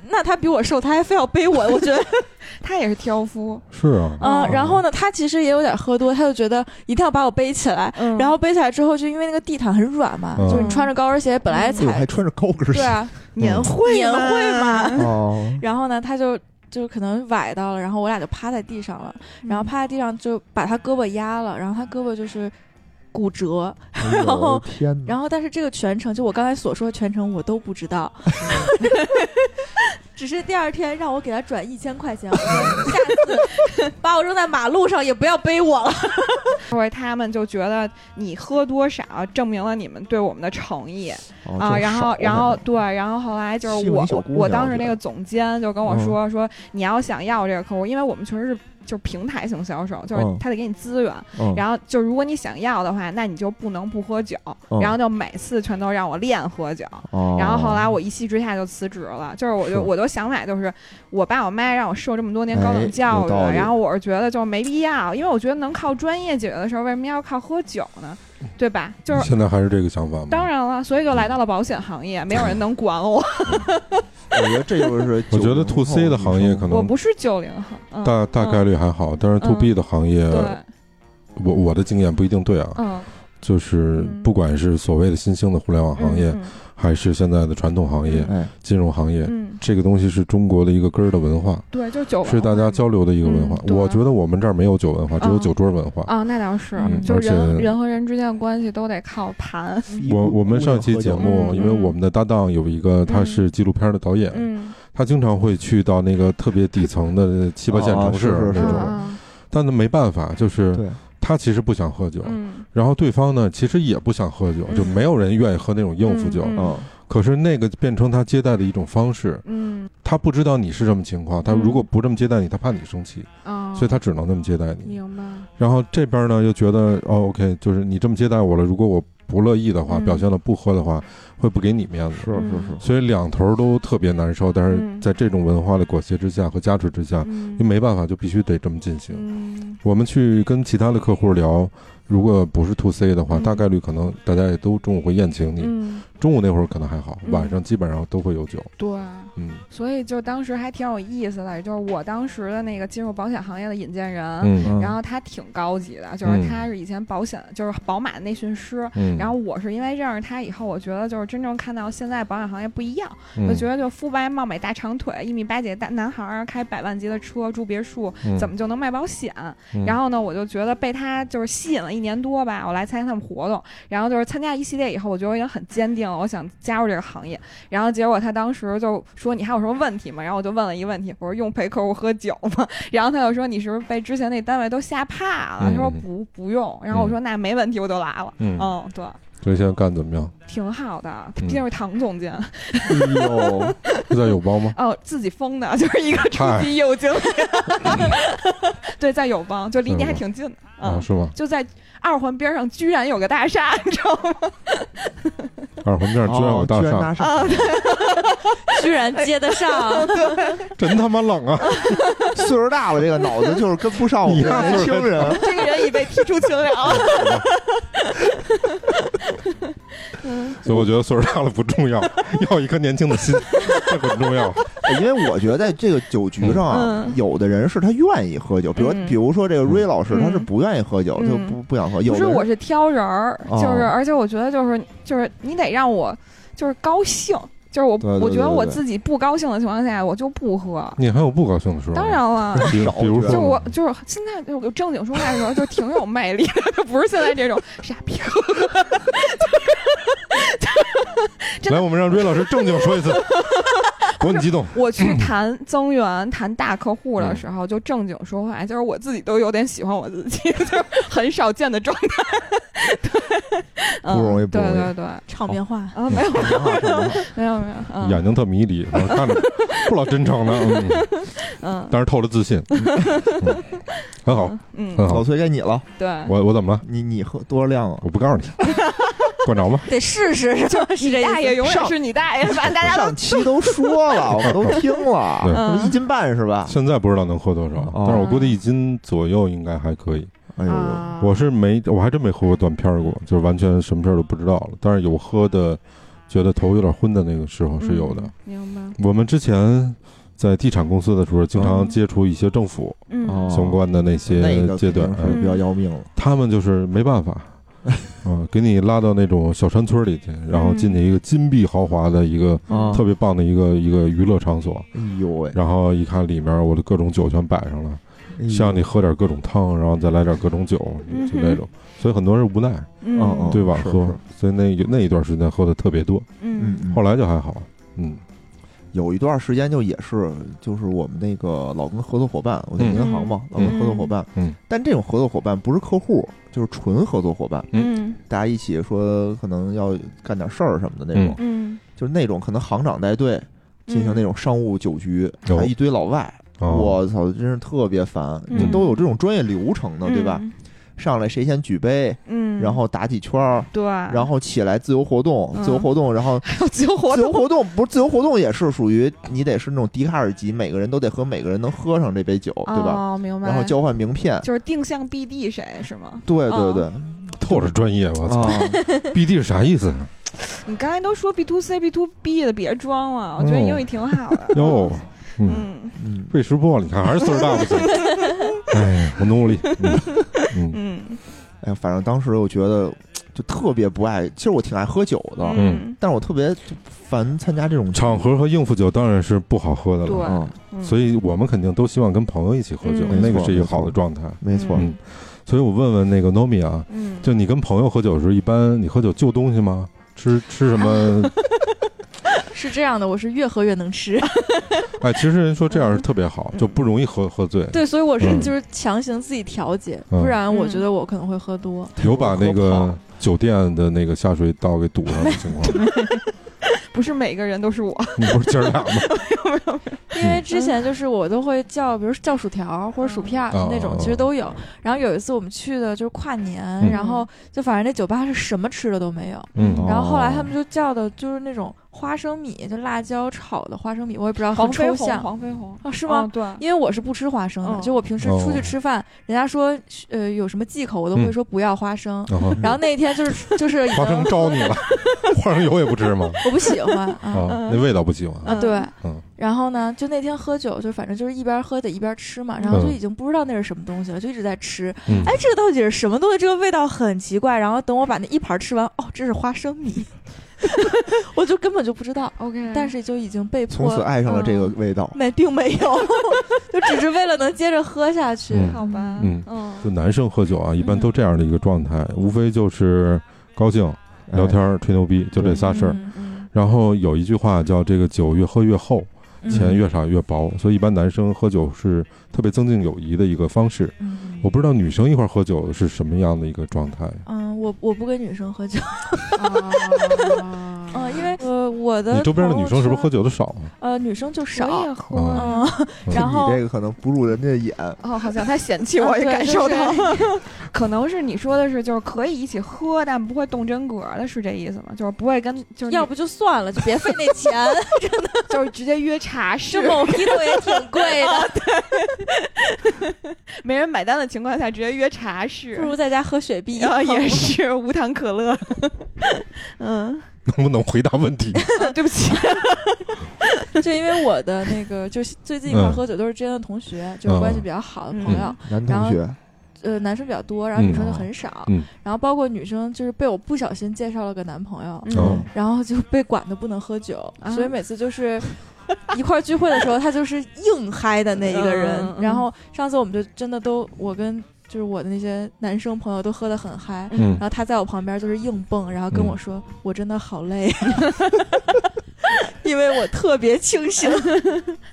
那她比我瘦，她还非要背我，我 觉得，
他也是挑夫，
是啊，
嗯、
哦
然后呢，她其实也有点喝多，她就觉得一定要把我背起来，
嗯
然后背起来之后，就因为那个地毯很软嘛，
嗯
就是你穿着高跟鞋本来
对，我哎还
踩，
穿着高跟
对
鞋。
啊，
年会
年会嘛，
啊
哦，
然后呢，她就。就可能崴到了，然后我俩就趴在地上了，然后趴在地上就把她胳膊压了，然后她胳膊就是骨折，
哎呦
然后
我的天哪！
然后，但是这个全程，就我刚才所说的全程，我都不知 道。只是第二天让我给他转一千块钱，我说下次把我扔在马路上也不要背我了。
因为他们就觉得你喝多少证明了你们对我们的诚意
哦
啊，
这
然后
少
然
了
后
呢
对，然后后来就
欺
是
负
我
你小
我
姑
我
娘嗯
当
我觉
时那
得
个总监就跟我说说你要想要这个客户，因为我们确实是就是平台型销售，就是
嗯
他得给你资源，
嗯
然后就如果你想要的话，那你就不能不喝酒，
嗯
然后就每次全都让我练喝酒。
哦
然后后来我一气之下就辞职了，就是我
是
就我都想法就是，我爸我妈让我受这么多年高
哎
等教
有
育，
道理
然后我是觉得就没必要，因为我觉得能靠专业解决的时候，为什么要靠喝酒呢？对吧？就
你
是
现在还是这个想法吗？
当，然了，所以就来到了保险行业，没有人能管我，
我觉得这就是
我觉得 to C 的行业可
我
能
不是九零后，嗯，
大大概率还好，但是 to
嗯
B 的行业，
对，
我我的经验不一定对啊。
嗯，
就是
嗯
不管是所谓的新兴的互联网行业，
嗯，
还是现在的传统行业、
哎，
金融行业，
嗯，嗯
这个东西是中国的一个根儿的文化，
对，就是酒
是大家交流的一个文化
哦嗯。对
我觉得我们这儿没有酒文化，只有
啊
酒桌文化。
啊，那倒是
嗯，
就是
而
人
且
人和人之间的关系都得靠盘，
我我们上期节目，
嗯
因为我们的搭档有一个，他是纪录片的导演，
嗯，
他经常会去到那个特别底层的七八线城市
哦是是
那
是
种，
嗯
但他没办法，就是
对，
他其实不想喝酒，
嗯
然后对方呢其实也不想喝酒，
嗯
就没有人愿意喝那种应付酒，
嗯
嗯
可是那个变成他接待的一种方式，
嗯
他不知道你是什么情况，他
嗯
如果不这么接待你，他怕你生气，
啊，
所以他只能那么接待你。
明白，
然后这边呢又觉得哦，OK，就是你这么接待我了，如果我不乐意的话，
嗯
表现的不喝的话，会不给你面子。
是是是，
所以两头都特别难受，但是
嗯
在这种文化的裹挟之下和加持之下，
嗯
就没办法，就必须得这么进行。
嗯
我们去跟其他的客户聊，如果不是 to C 的话，
嗯
大概率可能大家也都中午会宴请你，
嗯，
中午那会儿可能还好，
嗯
晚上基本上都会有酒。
对。
嗯
所以就当时还挺有意思的，就是我当时的那个进入保险行业的引荐人，
嗯
然后他挺高级的，就是他是以前保险，就是宝马的内训师。
嗯，
然后我是因为认识他以后，我觉得就是真正看到现在保险行业不一样，
嗯
我觉得就肤白貌美大长腿，一米八几的大男孩儿开百万级的车住别墅，怎么就能卖保险？
嗯
然后呢，我就觉得被他就是吸引了一年多吧，我来参加他们活动，然后就是参加一系列以后，我觉得我已经很坚定了，我想加入这个行业。然后结果他当时就说你还有什么问题吗？然后我就问了一个问题，我说用陪客户喝酒吗？ 然后他就说你是不是被之前那单位都吓怕了？他说
嗯嗯嗯
不不用。然后我说那没问题，我就来了。
嗯，
嗯，对，
所以现在干得怎么样？
挺好的，
嗯
毕竟是唐总监，？
哎 呦，
现在有包吗
哦，自己封的， 就是一个初
嗨
级业务经理。
嗯
对，在友邦，就离你还挺近的，
啊，
嗯。
是吗？
就在二环边上，居然有个大厦， 你知道吗？
二环
哦
面居然有大
居然
啊
厦，
大厦，
居然接得 上，
真他妈 冷啊！
岁数大了，这个脑子就是跟不上我们这年轻 人。
这个人已被踢出群聊
嗯
了。
嗯
所以我觉得岁数大了不重要，要一颗年轻的 心，这很重要。
因为我觉得在这个酒局上啊
嗯，
有的人是他愿意喝酒，比如
嗯
比如说这个瑞老师，
嗯
他是不愿意喝酒，
嗯
就不不想喝。有
不
的
是，
人
我是挑人儿，
哦
就是，而且我觉得就是就是你得让我就是高兴，就是我
对对对
我觉得
对
我
对
自己不高兴的情况下，我就不喝。
你还有不高兴的时候？
当，然了。
比如
少
比如
对
就
说
我
呢，
就是现在就我正经说话的时候，就挺有魅力的，就不是现在这种傻逼。真的
来，我们让瑞老师正经 说一次，我很激动。
我去
嗯
谈增援、谈大客户的时候，就正经说话，哎就是我自己都有点喜欢我自己， 就是很少见的状态。对，
不容易
嗯
不容易
对对对，
场面话。
啊，没有
挺好挺好
没有没有，嗯
眼睛特迷离，我 看着不老真诚的，嗯，
嗯
但是透着自 信，嗯嗯很好，
嗯，
很
老
好。
崔该你了，
对，
我我怎么了？
你你喝多少量啊？
我不告 诉你，管着吗？
得试试，是吧？是这
大爷
意思。
永远是你大爷，反正大家都
上期都说了，我们都听
对
了，
嗯
一斤半是 吧？
现在不知道能喝多少
哦，
但是我估计一斤左右应该还可以。
哎呦，
啊
我是没，我还真没喝过断片儿过，就是完全什么事儿都不知道了。但是有喝的，觉得头有点昏的那个时候是有的。
嗯
嗯
明白，
我们之前在地产公司的时候，经常
嗯
接触一些政府
哦
嗯
相关的那
那
些
个
阶段，
肯定
嗯
是比较要命了。
他们就是没办 法。啊，给你拉到那种小山村里去，然后进
嗯
去一个金碧豪华的一个
啊
特别棒的一个一个娱乐场所，
哎呦喂，
然后一看里面我的各种酒全摆上了，
哎呦
像你喝点各种汤，然后再来点各种酒，
嗯
就那种。所以很多人无奈，
嗯
哦
对吧？
是
喝
是，
所以那一那一段时间喝的特别多，
嗯
嗯，
嗯
后来就还好。嗯
有一段时间就也是，就是我们那个老跟合作伙伴，我在银行嘛，老
嗯
跟合作伙伴，
嗯嗯
但这种合作伙伴不是客户，就是纯合作伙伴，
嗯
大家一起说可能要干点事儿什么的那种，
嗯
嗯
就是那种可能行长带队进行那种商务酒局，
有
还一堆老外，
哦
我操，真是特别烦！这
嗯
都有这种专业流程呢，对吧？
嗯？
上来谁先举杯，
嗯，
然后打几圈儿，
对，
然后起来自由活动，
嗯
自由活动，然后
还有救活
自由活动不是自由活动也是属于你得是那种笛卡尔级，每个人都得和每个人能喝上这杯酒，对吧？
哦，明白。
然后交换名片，
就是定向 BD 谁是吗？
对对
哦
对，
透着专业，我操
啊，
，BD 是啥意思？
你刚才都说 B to C B to B 的，别装了，我觉得英语挺好的。
哟，嗯，
嗯
哦 嗯，
瑞士破，你看还是岁数大不行。哎，我努力。嗯嗯
嗯
哎，反正当时我觉得就特别不爱，其实我挺爱喝酒
啊
的，
嗯，
但是我特别烦参加这种
场，合和应付酒当然是不好喝的了，
嗯，
嗯
所以我们肯定都希望跟朋友一起喝酒，
嗯
那个是一个好的状态。
没错，
嗯所以我问问那个 Nomi 啊，
嗯，
就你跟朋友喝酒的时，候，一般你喝酒就东西吗？吃吃什么？
是这样的，我是越喝越 能吃，
哎，其实人说这样是特别好，就不容易喝喝醉。
对，所以我是
嗯
就是强行自己调节，
嗯
不然我觉得我可能会喝多。
有把那
我喝
个
胖
酒店的那个下水道给堵上的情况吗，
不是每个人都是我。
你不是姐儿俩吗？嗯
因为之前就是我都会叫，比如叫薯条或者薯片儿
嗯
那种，
哦
其实都有。然后有一次我们去的就是跨年，
嗯
然后就反正那酒吧是什么吃的都没有。
嗯，
然后后来他
哦
们就叫的就是那种花生米，就辣椒炒的花生米，我也不知道很
黄飞
抽
鸿，
象
黄飞鸿
啊，是
是
吗？
哦对，
因为我是不吃花生的，
嗯
就我平时出
哦
去吃饭，人家说呃有什么忌口，我
嗯
都会说不要花生。
然后
嗯
然后那一天就是 就是已经
花嗯生招你了，花生油也不吃吗？
我不 喜欢啊
啊，那味道不喜欢。
啊对
嗯，
然后呢就那天喝酒就反正就是一边喝得一边吃嘛，然后就已经不知道那是什么东西了，就一直在吃。
嗯
哎，这个到底是什么东西？这个味道很奇怪。然后等我把那一盘吃完，哦，这是花生米， 我就根本就不知道，
，OK，
但是就已经被
从此
迫
爱上了这个味道。
没并没有， 就只是为了能接着喝下去。
嗯
好吧，
嗯就
嗯
男生喝酒啊，一般都这样的一个状态，无非就是高兴、
哎
聊天、儿、吹牛逼，就这仨事儿。
嗯
嗯
然后有一句话叫“这个酒越喝越厚，
嗯
钱越少越薄”，所以一般男生喝酒是特别增进友谊的一个方式。
嗯
我不知道女生一块儿喝酒是什么样的一个状态。
嗯，我我不跟女生喝酒，
啊
嗯，因为呃我的
你周边的
朋友
女生是不是
圈
喝酒的少啊？
呃，女生就
我
少
也，喝
啊
呀。
嗯，
嗯
然后
你这个可能不入人家眼，
哦，好像他嫌弃我，
啊
也
对
感受到
就
了。 可能是你说的是，就是可以一起喝，但不会动真格的，是这意思吗？就是不会跟，就是
要不就算了，就别费那 钱，
就是直接约茶
就
室，
某批头也挺贵 的，
没人买单的情况下直接约茶室
不，如在家喝雪碧。
然后啊也是无糖可乐。 嗯，
能不能回答问题？
啊对不起，
就因为我的那个，就是最近一块儿喝酒都是之前的同学，就是关系比较
啊
好的
嗯
朋友，
男同学，
呃，男生比较多，然后女生就很少
嗯嗯，
然后包括女生就是被我不小心介绍了个男朋友，
哦
嗯，
然后就被管的不能喝酒，
啊
所以每次就是。一块儿聚会的时候，他就是硬嗨的那一个人。
嗯嗯嗯
然后上次我们就真的都，我跟就是我的那些男生朋友都喝得很嗨，
嗯
然，后他在我旁边就是硬蹦，然后跟我说：“我真的好累，啊 因为我特别清醒。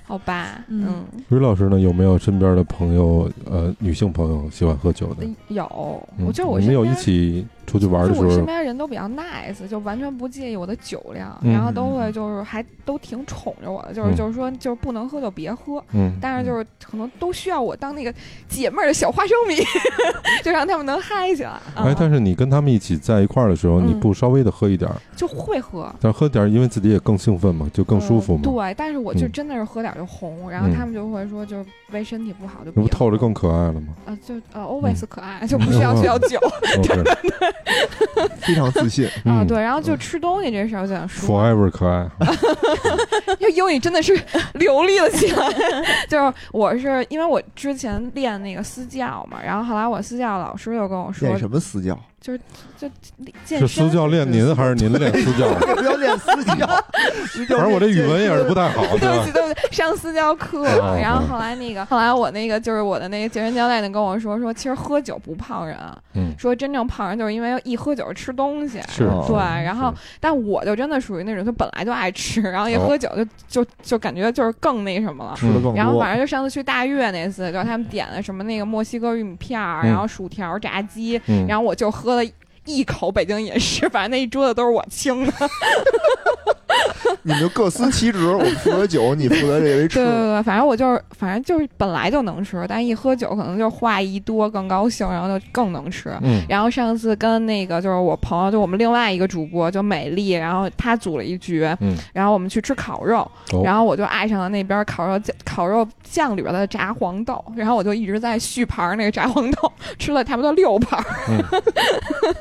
好吧，
嗯
嗯，
于老师呢，有没有身边的朋友，呃，女性朋友喜欢喝酒的？
有，
嗯
我觉得我
你们
身
有
边
一起出去玩
就
的时
我身
候，
边人都比较 nice，就完全不介意我的酒量，
嗯
然后都会就是还都挺宠着我的，就是、
嗯
就是说就是不能喝就别喝，
嗯，
但是就是可能都需要我当那个解闷儿的小花生米， 就让他们能嗨起来。啊
哎，但是你跟他们一起在一块儿的时候，
嗯
你不稍微的喝一点儿，
就会喝。
但是喝点儿，因为自己也更兴奋嘛，就更舒服嘛，
嗯对，但是我就
嗯
真的是喝点儿就红，然后
嗯
他们就会说，就是为身体不好就
那
别
不透着
喝
更可嗯爱了 吗？
呃，就呃 always 可爱，就不需要需要酒
OK，
非常自信，
啊。
嗯
对，然后就吃东西这事儿，我就想说，
，forever 可 爱，
这英语真的是流利了起来。 就是我是因为我之前练那个私教嘛，然后后来我私教老师又跟我说
练，什么私教？
健
是
身
私教练您还是您练私教？
不要练私教，私教
反正我这语文也是不太好，对
对不
吧
起，？对不起，上私教课
哦，
然后后来那个，后来我那个就是我的那个健身教练就跟我说，说其实喝酒不胖人，啊
嗯，
说真正胖人就是因为一喝酒吃东西，
是
哦，
对，然后但我就真的属于那种，就本来就爱吃，然后一
哦
喝酒就、就就感觉就是更那什么
嗯
了。
吃的更
然后反
多。
正就上次去大悦那次，就是他们点了什么那个墨西哥玉米片儿，
嗯
然后薯条、炸鸡，
嗯，
然后我就喝了一口北京饮食， 反正那一桌子都是我 清的。
你们就各司其 职，我负责酒，你负责这个
对对
吃。
对，反正我就是，反正就是本来就能吃，但一喝酒可能就话一多更高兴，然后就更能吃。
嗯，
然后上次跟那个就是我朋友，就我们另外一个主播，就美丽，然后她组了一局，
嗯
然后我们去吃烤肉，
哦
然后我就爱上了那边烤肉酱烤肉酱里边的炸黄豆，然后我就一直在续盘儿那个炸黄豆， 吃了差不多六盘儿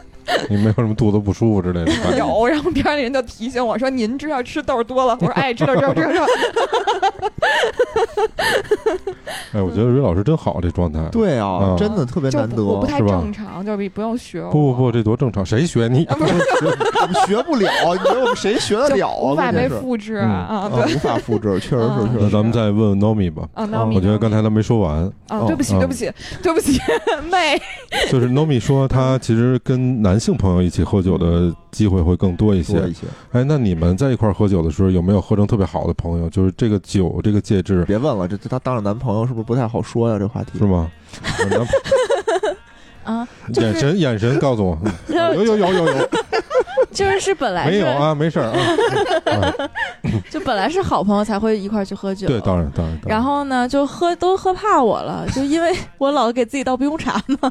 你没有什么肚子不舒服之类的反应？
有，然后边上那人就提醒我说：“您知道吃豆多了。” 我说：“哎，知道知道知道。知道
哎，我觉得瑞老师真好，这状态。
对啊
嗯，
真的特别”
就
难
不我不
得，
太
是吧
正常，就比不用学我。
不不不，这多正常，谁学你？
我们学不了，你觉得我们谁学得了
就
啊？
无法
关键
被
是
复制
嗯
啊！
啊
对，
无法复 制，确实
嗯
是，确
那
实
咱们再问问 Nomi 吧。
啊，那
我
哦我觉得刚才他没说完，
啊，对不起
哦
对不起对不起， 妹，
就是 Nomi 说他其实跟男性朋友一起喝酒的机会会更多一
多
些
一。些。
哎，那你们在一块儿喝酒的时候，有没有喝成特别好的朋友？就是这个酒这个介质
别问了，这这他当着男朋友是不是不太好说呀？这话题
是吗？男
啊，
眼神眼神告诉我，
就
有有有有有，
就是是本来
没
是
有啊，没事儿啊。啊
就本来是好朋友才会一块儿去喝酒，
对，当然当然。当
然后呢，就喝都喝怕我了，就因为 我老给自己倒冰红茶嘛。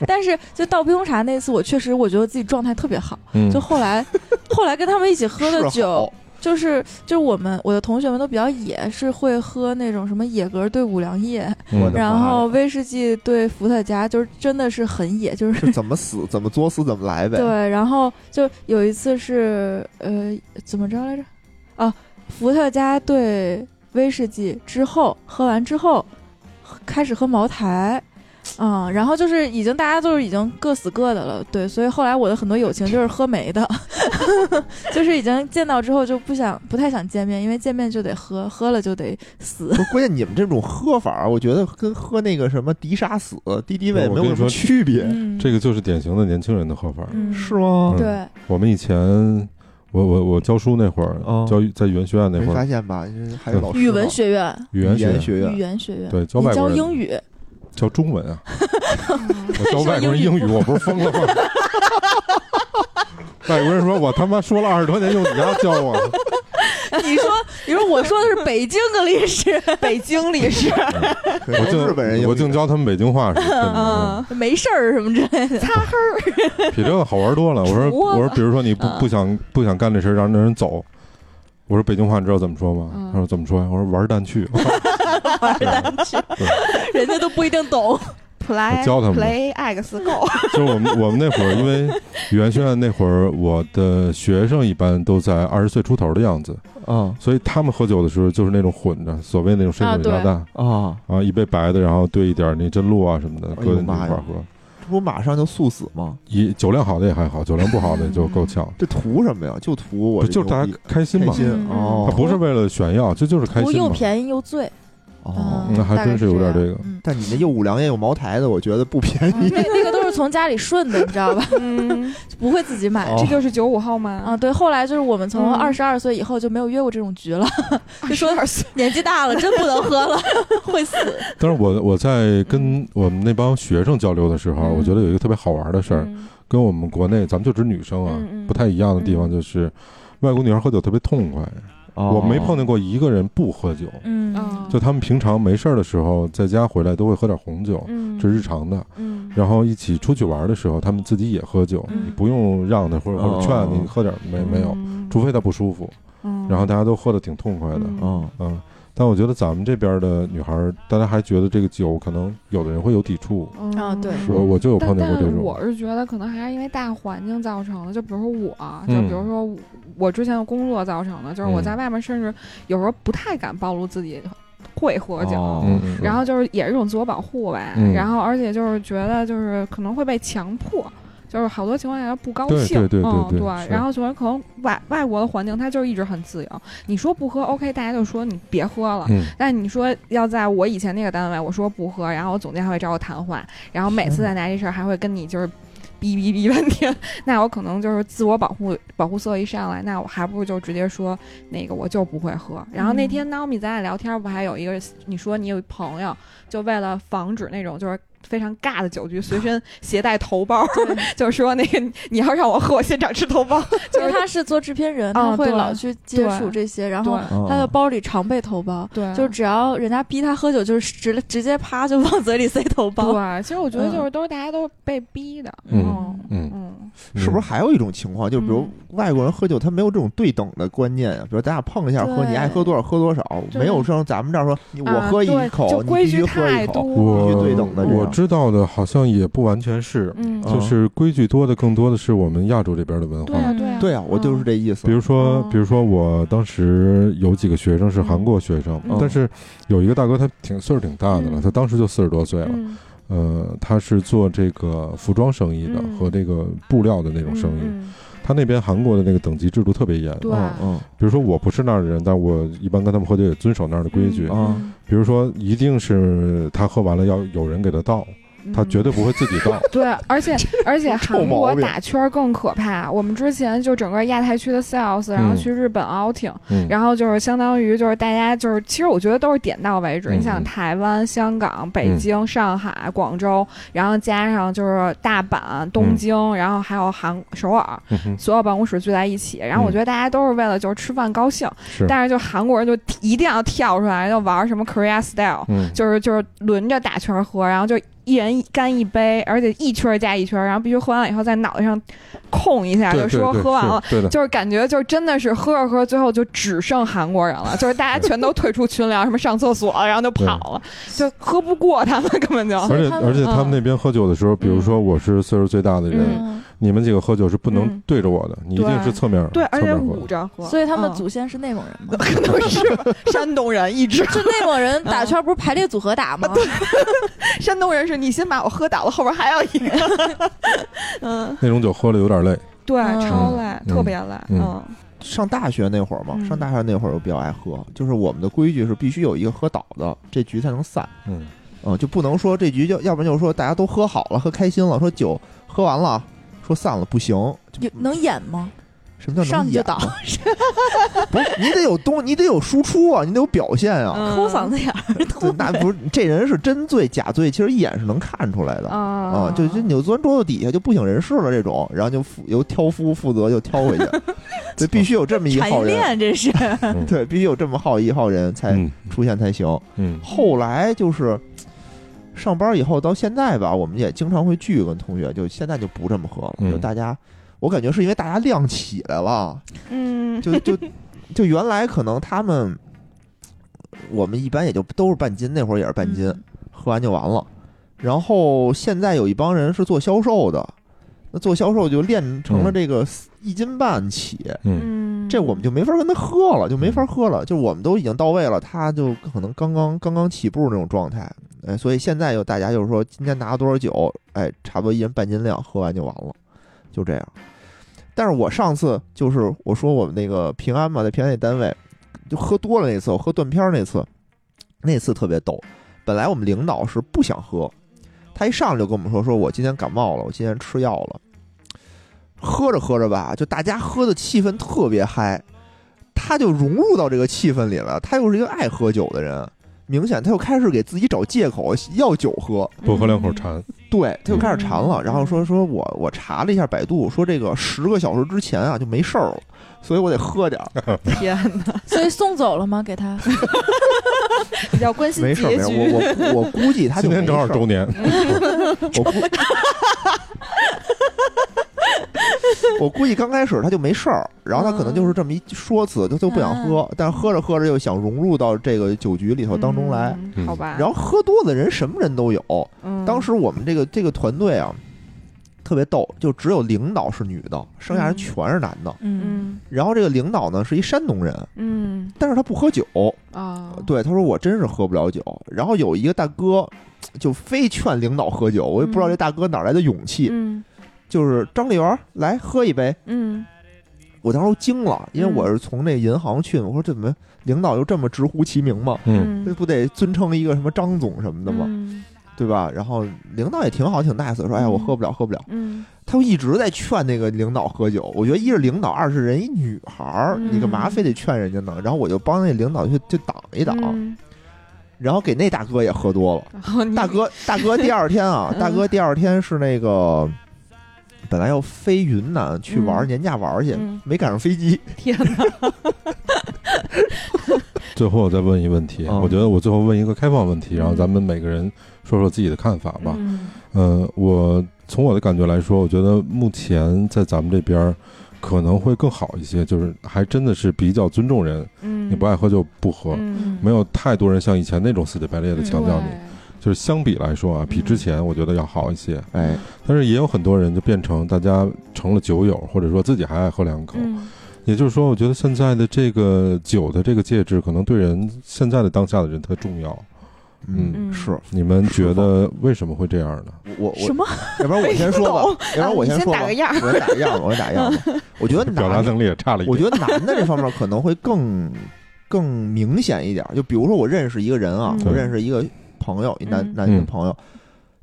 但是就倒冰红茶那次，我确实我觉得自己状态特别好。
嗯
就后 来，后来跟他们一起喝的
是
酒
好，
就是就是我们我的同学们都比较野，是会喝那种什么野格对五粮液，
嗯
我的妈呀
然后威士忌对伏特加，就是真的是很野， 就是
是怎么 死怎么作死怎么来呗。
对，然后就有一次是呃怎么着来着？啊，伏特加兑威士忌之后，喝完之后喝开始喝茅台。嗯，然后就是已经大家都是已经各死各的了，对，所以后来我的很多友情就是喝没的， 就是已经见到之后就不想不太想见面，因为见面就得喝，喝了就得死。
不是关键你们这种喝法儿，我觉得跟喝那个什么敌杀死、敌敌畏
我
没
跟
有
你
什么
说
区别，
嗯，
这个就是典型的年轻人的喝法。
嗯
是吗？
嗯
对，
我们以前，我我我教书那会儿
哦，
教语在语言学院那
没
会
发
儿，
现吧？这还有老师
语文
呢
学院，
语言
语
学
言
院
学
语
院，
言学院，
对教
你
外
教
国人
英语，
教中文啊，我教外国人英语，我不是疯了吗？ 外国人说：“我他妈说了二十多年，用你丫教我。
你说，你说我说的是北京的历史，
北京 里是
对
我
都
净
日本人英语
我净教他们北京话是真的，
没事儿什么之类的。
擦黑儿，
嗯比这个好玩多了。”我说：“
除了
我说，比如说你不
啊
不想不想干这事儿，让那人走。”我说：“北京话你知道怎么说吗
嗯？”
他说：“怎么说呀？”我说：“玩蛋去。
玩单去，人家都不一定懂。
play
我教他们
play X go，”
就是我们我们那会儿，因为语言学院那会儿，我的学生一般都在二十岁出头的样子，
啊
所以他们喝酒的时候就是那种混着，所谓那种深
啊
水炸
对
弹。
啊，
啊，一杯白的，然后兑一点那真露啊什么的，
哎呦
搁进去一
妈呀
块儿喝。
这不马上就速死吗？
一酒量好的也还好，酒量不好的就够呛。
这图什么呀？就图嗯我
不就是大
他
家开心
开
嘛？
心
嗯
哦
他，不是为了炫耀，这就是 开
图
心
又
嘛。
便宜又醉，
哦
嗯，那还真是有点这个
嗯，哦
但你那又五粮液又茅台的，我觉得不便宜。
那那个都是从家里顺的，你知道 吧？
嗯，
不会自己买
哦
这就是九五后
啊。
哦
吗？
对，后来就是我们从
嗯
二十二岁以后就没有约过这种局了，
啊
就说年纪大了真不能喝 了，会死。
但是我我在跟我们那帮学生交流的时候，
嗯
我觉得有一个特别好玩的事儿，
嗯
跟我们国内咱们就指女生啊
嗯嗯
不太一样的地方就是，外国女孩喝酒特别痛快，
嗯
嗯
我没碰见过一个人不喝酒。
嗯
哦
就他们平常没事儿的时候，在家回来都会喝点红酒，
嗯
这是日常的。
嗯
然后一起出去玩的时候，他们自己也喝酒，
嗯
你不用让他或者或者劝
哦
你喝点儿没没有，
嗯
除非他不舒服。
嗯
然后大家都喝的挺痛快的，
嗯
哦，
嗯。但我觉得咱们这边的女孩儿，大家还觉得这个酒可能有的人会有抵触，
啊对
嗯
我我就有
但
碰见过这
但
种
我，是觉得可能还是因为大环境造成的，就比如说我，啊就
嗯
比如说我之前的工作造成的，就是我
嗯
在外面甚至有时候不太敢暴露自己会喝酒，
哦
嗯，嗯
然后就是也是一种自我保护吧，
嗯
然后而且就是觉得就是可能会被强迫，就是好多情况下不高
对
兴，
对对对
嗯
对
对
是
然后就是可能外外国的环境它就是一直很自由，你说不喝 OK，大家就说你别喝了。
嗯，
但你说要在我以前那个单位，我说不喝，然后我总监还会找我谈话，然后每次再拿这事儿还会跟你就是。哔哔哔半天， 那我可能就是自我保护保护色一上来，那我还不如就直接说那个我就不会喝。然后那天 Naomi 咱俩聊天，不还有一个你说你有一朋友，就为了防止那种就是非常尬的酒局，随身携带头孢， 就说那个你要让我喝，我现场吃头孢。
因为他是做制片人，他
啊
会
对
老去接触
对
这些，然后
对
他
哦啊
的包里常备头孢，
对，
就是只要人家逼他喝酒，就是直直接啪就往嘴里塞头孢。
对。其实我觉得就是都是大家都被逼的，
嗯嗯
嗯，
是不是还有一种情况，就比如
嗯
外国人喝酒，他没有这种对等的观念啊？比如咱俩碰一下喝，
对
你爱喝多少喝多少，
对
没有像咱们这样说，你我
啊
喝一
对
口，
就
你
规
必
矩
须喝
太
一口。
多
必须
了，
对等的这
嗯我
样
知道的好像也不完全是，
嗯，
啊
就是规矩多的更多的是我们亚洲这边的文
对
化。
啊对啊，
对啊，我就是这意思。
比如说，
嗯
比如说，我当时有几个学生是韩国学生，
嗯
但是有一个大哥他挺岁数挺大的了，
嗯
他当时就四十多岁了。
嗯
呃，他是做这个服装生意的
嗯
和这个布料的那种生意。
嗯
他那边韩国的那个等级制度特别严。
对
嗯
嗯
比如说我不是那儿的人，但我一般跟他们喝酒也遵守那儿的规矩。
嗯啊，
比如说，一定是他喝完了要有人给他倒，
嗯
他绝对不会自己倒。
对，而且而且
臭
韩
毛
国
病
打圈儿更可怕。我们之前就整个亚太区的 sales，然后
嗯
去日本 outing，、
嗯，
然后就是相当于就是大家就是，其实我觉得都是点到为止。
嗯
你想，
嗯
台湾、香港、北
嗯
京、上海、广州，然后加上就是大阪、东京，然后还有韩首尔，
嗯哼
所有办公室聚在一起。然后
嗯
我觉得大家都是为了就是吃饭高兴，
是，
但是就韩国人就一定要跳出来，就玩什么 Korea style，
嗯，
就是就是轮着打圈儿喝，然后就一人一干一杯，而且一圈儿加一圈儿，然后必须喝完了以后在脑袋上空一下，
对
就
对
说
对
喝完
是
了。
对的，
就是感觉就是真的是喝着喝，最后就只剩韩国人 了，就是大家全都退出群聊，什么上厕所，然后就跑了，就喝不过他们，根本就
而且
他们
而且他们那边喝酒的时候，比如说我是岁数最大的人，
嗯，
你们几个喝酒是不能
嗯
对着我的，你一定是侧面
对，
侧
而且
面喝
捂。着喝，
所以他们
嗯
祖先是内蒙人 嘛，
可能是吧山东人一直，
就内蒙人打圈不是排列组合打吗？
山东人是你先把我喝倒了，后边还要一个， 嗯，
那种酒喝了有点累，
对，
嗯
超累，
嗯
特别累，
嗯
嗯
上大学那会儿嘛，
嗯
上大学那会儿我比较爱喝，就是我们的规矩是必须有一个喝倒的，这局才能散。
嗯，
嗯，就不能说这局就，要不然就是说大家都喝好了，喝开心了，说酒喝完了，说散了不行。嗯
有能演吗？
什么叫
上
能
去就
演？啊
倒，
不是你得有东，你得有输出啊，你得有表现啊。
嗯
抠嗓子眼儿
对
吐，
那不是这人是真醉假醉，其实一眼是能看出来的。
啊
啊，就就你就钻桌子底下就不省人事了这种，然后就负由挑夫负责就挑回去， 对，必须有这么一
产业
号人，
链这是。
对，必须有这么号一号人才
嗯
出现才行。
嗯
后来就是上班以后到现在吧，我们也经常会聚跟同学，就现在就不这么喝了，
嗯
就大家，我感觉是因为大家量起来了，
嗯，
就 就就原来可能他们，我们一般也就都是半斤，那会儿也是半斤，
嗯
喝完就完了。然后现在有一帮人是做销售的，那做销售就练成了
嗯
这个一斤半起，
嗯
嗯，
这我们就没法跟他喝了，就没法喝了。就我们都已经到位了，他就可能刚刚刚刚起步那种状态。哎，所以现在就大家就是说，今天拿了多少酒，哎，差不多一人半斤量，喝完就完了，就这样。但是我上次就是我说我们那个平安嘛，在平安那单位就喝多了那次，我喝断片儿那次，那次特别逗。本来我们领导是不想喝，他一上来就跟我们说，说我今天感冒了，我今天吃药了。喝着喝着吧，就大家喝的气氛特别嗨，他就融入到这个气氛里了。他又是一个爱喝酒的人，明显他又开始给自己找借口要酒喝，
不喝两口
嗯
馋，
对，他又开始馋了。
嗯
然后说说我我查了一下百度，说这个十个小时之前啊就没事儿了，所以我得喝点儿。
天哪，
所以送走了吗？给他
比较关心
没事儿，没
结
事儿，
局。
我我我估计他就
今
没事
天正好周
儿。
年，
我 估我估计刚开始他就没事儿，然后他可能
嗯
就是这么一说辞，他就不想喝，但是喝着喝着又想融入到这个酒局里头当中来。
嗯
嗯
好吧。
然后喝多的人什么人都有，
嗯
当时我们这个这个团队啊，特别逗，就只有领导是女的，剩下人
嗯
全是男的。
嗯，
嗯
然后这个领导呢是一山东人，
嗯
但是他不喝酒，
啊，
对，他说我真是喝不了酒。然后有一个大哥就非劝领导喝酒，我也不知道这大哥哪来的勇气，
嗯
就是张丽媛来喝一杯。
嗯
我当时都惊了，因为
嗯
我是从那银行去的，我说怎么领导就这么直呼其名嘛？
嗯，
这
嗯，
不得尊称一个什么张总什么的嘛，
嗯
对吧？然后领导也挺好，挺 nice，说哎呀我喝不了，喝不了。
嗯，
他就一直在劝那个领导喝酒。我觉得一是领导，二是人一女孩儿，
嗯
你干嘛非得劝人家呢？然后我就帮那领导去去挡一挡。
嗯
然后给那大哥也喝多了。
然后你
大哥，大哥第二天啊，
嗯
大哥第二天是那个本来要飞云南去玩、
嗯
年假玩去，
嗯
没赶上飞机。
天哪，
最后我再问一问题，
嗯
我觉得我最后问一个开放问题，然后咱们每个人说说自己的看法吧。
嗯
嗯，我从我的感觉来说，我觉得目前在咱们这边儿可能会更好一些，就是还真的是比较尊重人，
嗯，
你不爱喝就不喝，
嗯，
没有太多人像以前那种死乞白赖的强调你。就是相比来说啊，比之前我觉得要好一些，
哎，
但是也有很多人就变成大家成了酒友，或者说自己还爱喝两口。
嗯
也就是说，我觉得现在的这个酒的这个介质，可能对人现在的当下的人特重要。
嗯，
嗯
是
你们觉得为什么会这样呢？
我我
什，么？
要不然我先说 吧，要不然我
啊你
说吧，
先打个样儿
我先打个样吧，我先打个样 吧。我觉得
表达
男，
能力也差了一点。
我觉得男的这方面可能会更更明显一点。就比如说我认识一个人啊，
嗯
我认识一个朋友，一男
嗯
男性
嗯
朋友。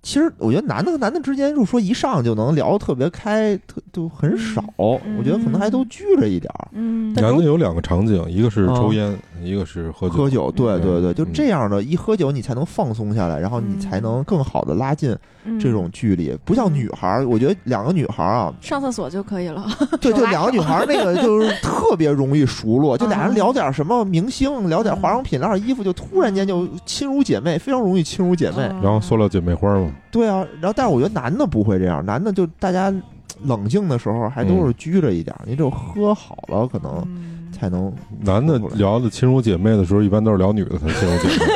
其实我觉得男的和男的之间，就说一上就能聊得特别开，特就很少。
嗯
我觉得可能还都拘着一点儿。
嗯，
男的有两个场景，一个是抽烟，一个是喝酒。
喝酒，对
嗯
对对，
嗯
就这样的，一喝酒你才能放松下来，然后你
嗯
才能更好的拉近
嗯
这种距离。不像女孩儿，我觉得两个女孩儿 啊，
上厕所就可以了。
对，
手
就
拉
两个女孩儿那个就是 特别容易熟络，就
嗯
俩人聊点什么明星，聊点化妆品，聊点衣服，就突然间就亲如姐妹，非常容易亲如姐妹。
嗯
然后塑料姐妹花嘛，
对啊，然后但是我觉得男的不会这样，男的就大家呃冷静的时候还都
嗯
是拘着一点儿，你只有喝好了可能
嗯
才能
男的聊的亲如姐妹的时候，一般都是聊女的才亲如姐 妹。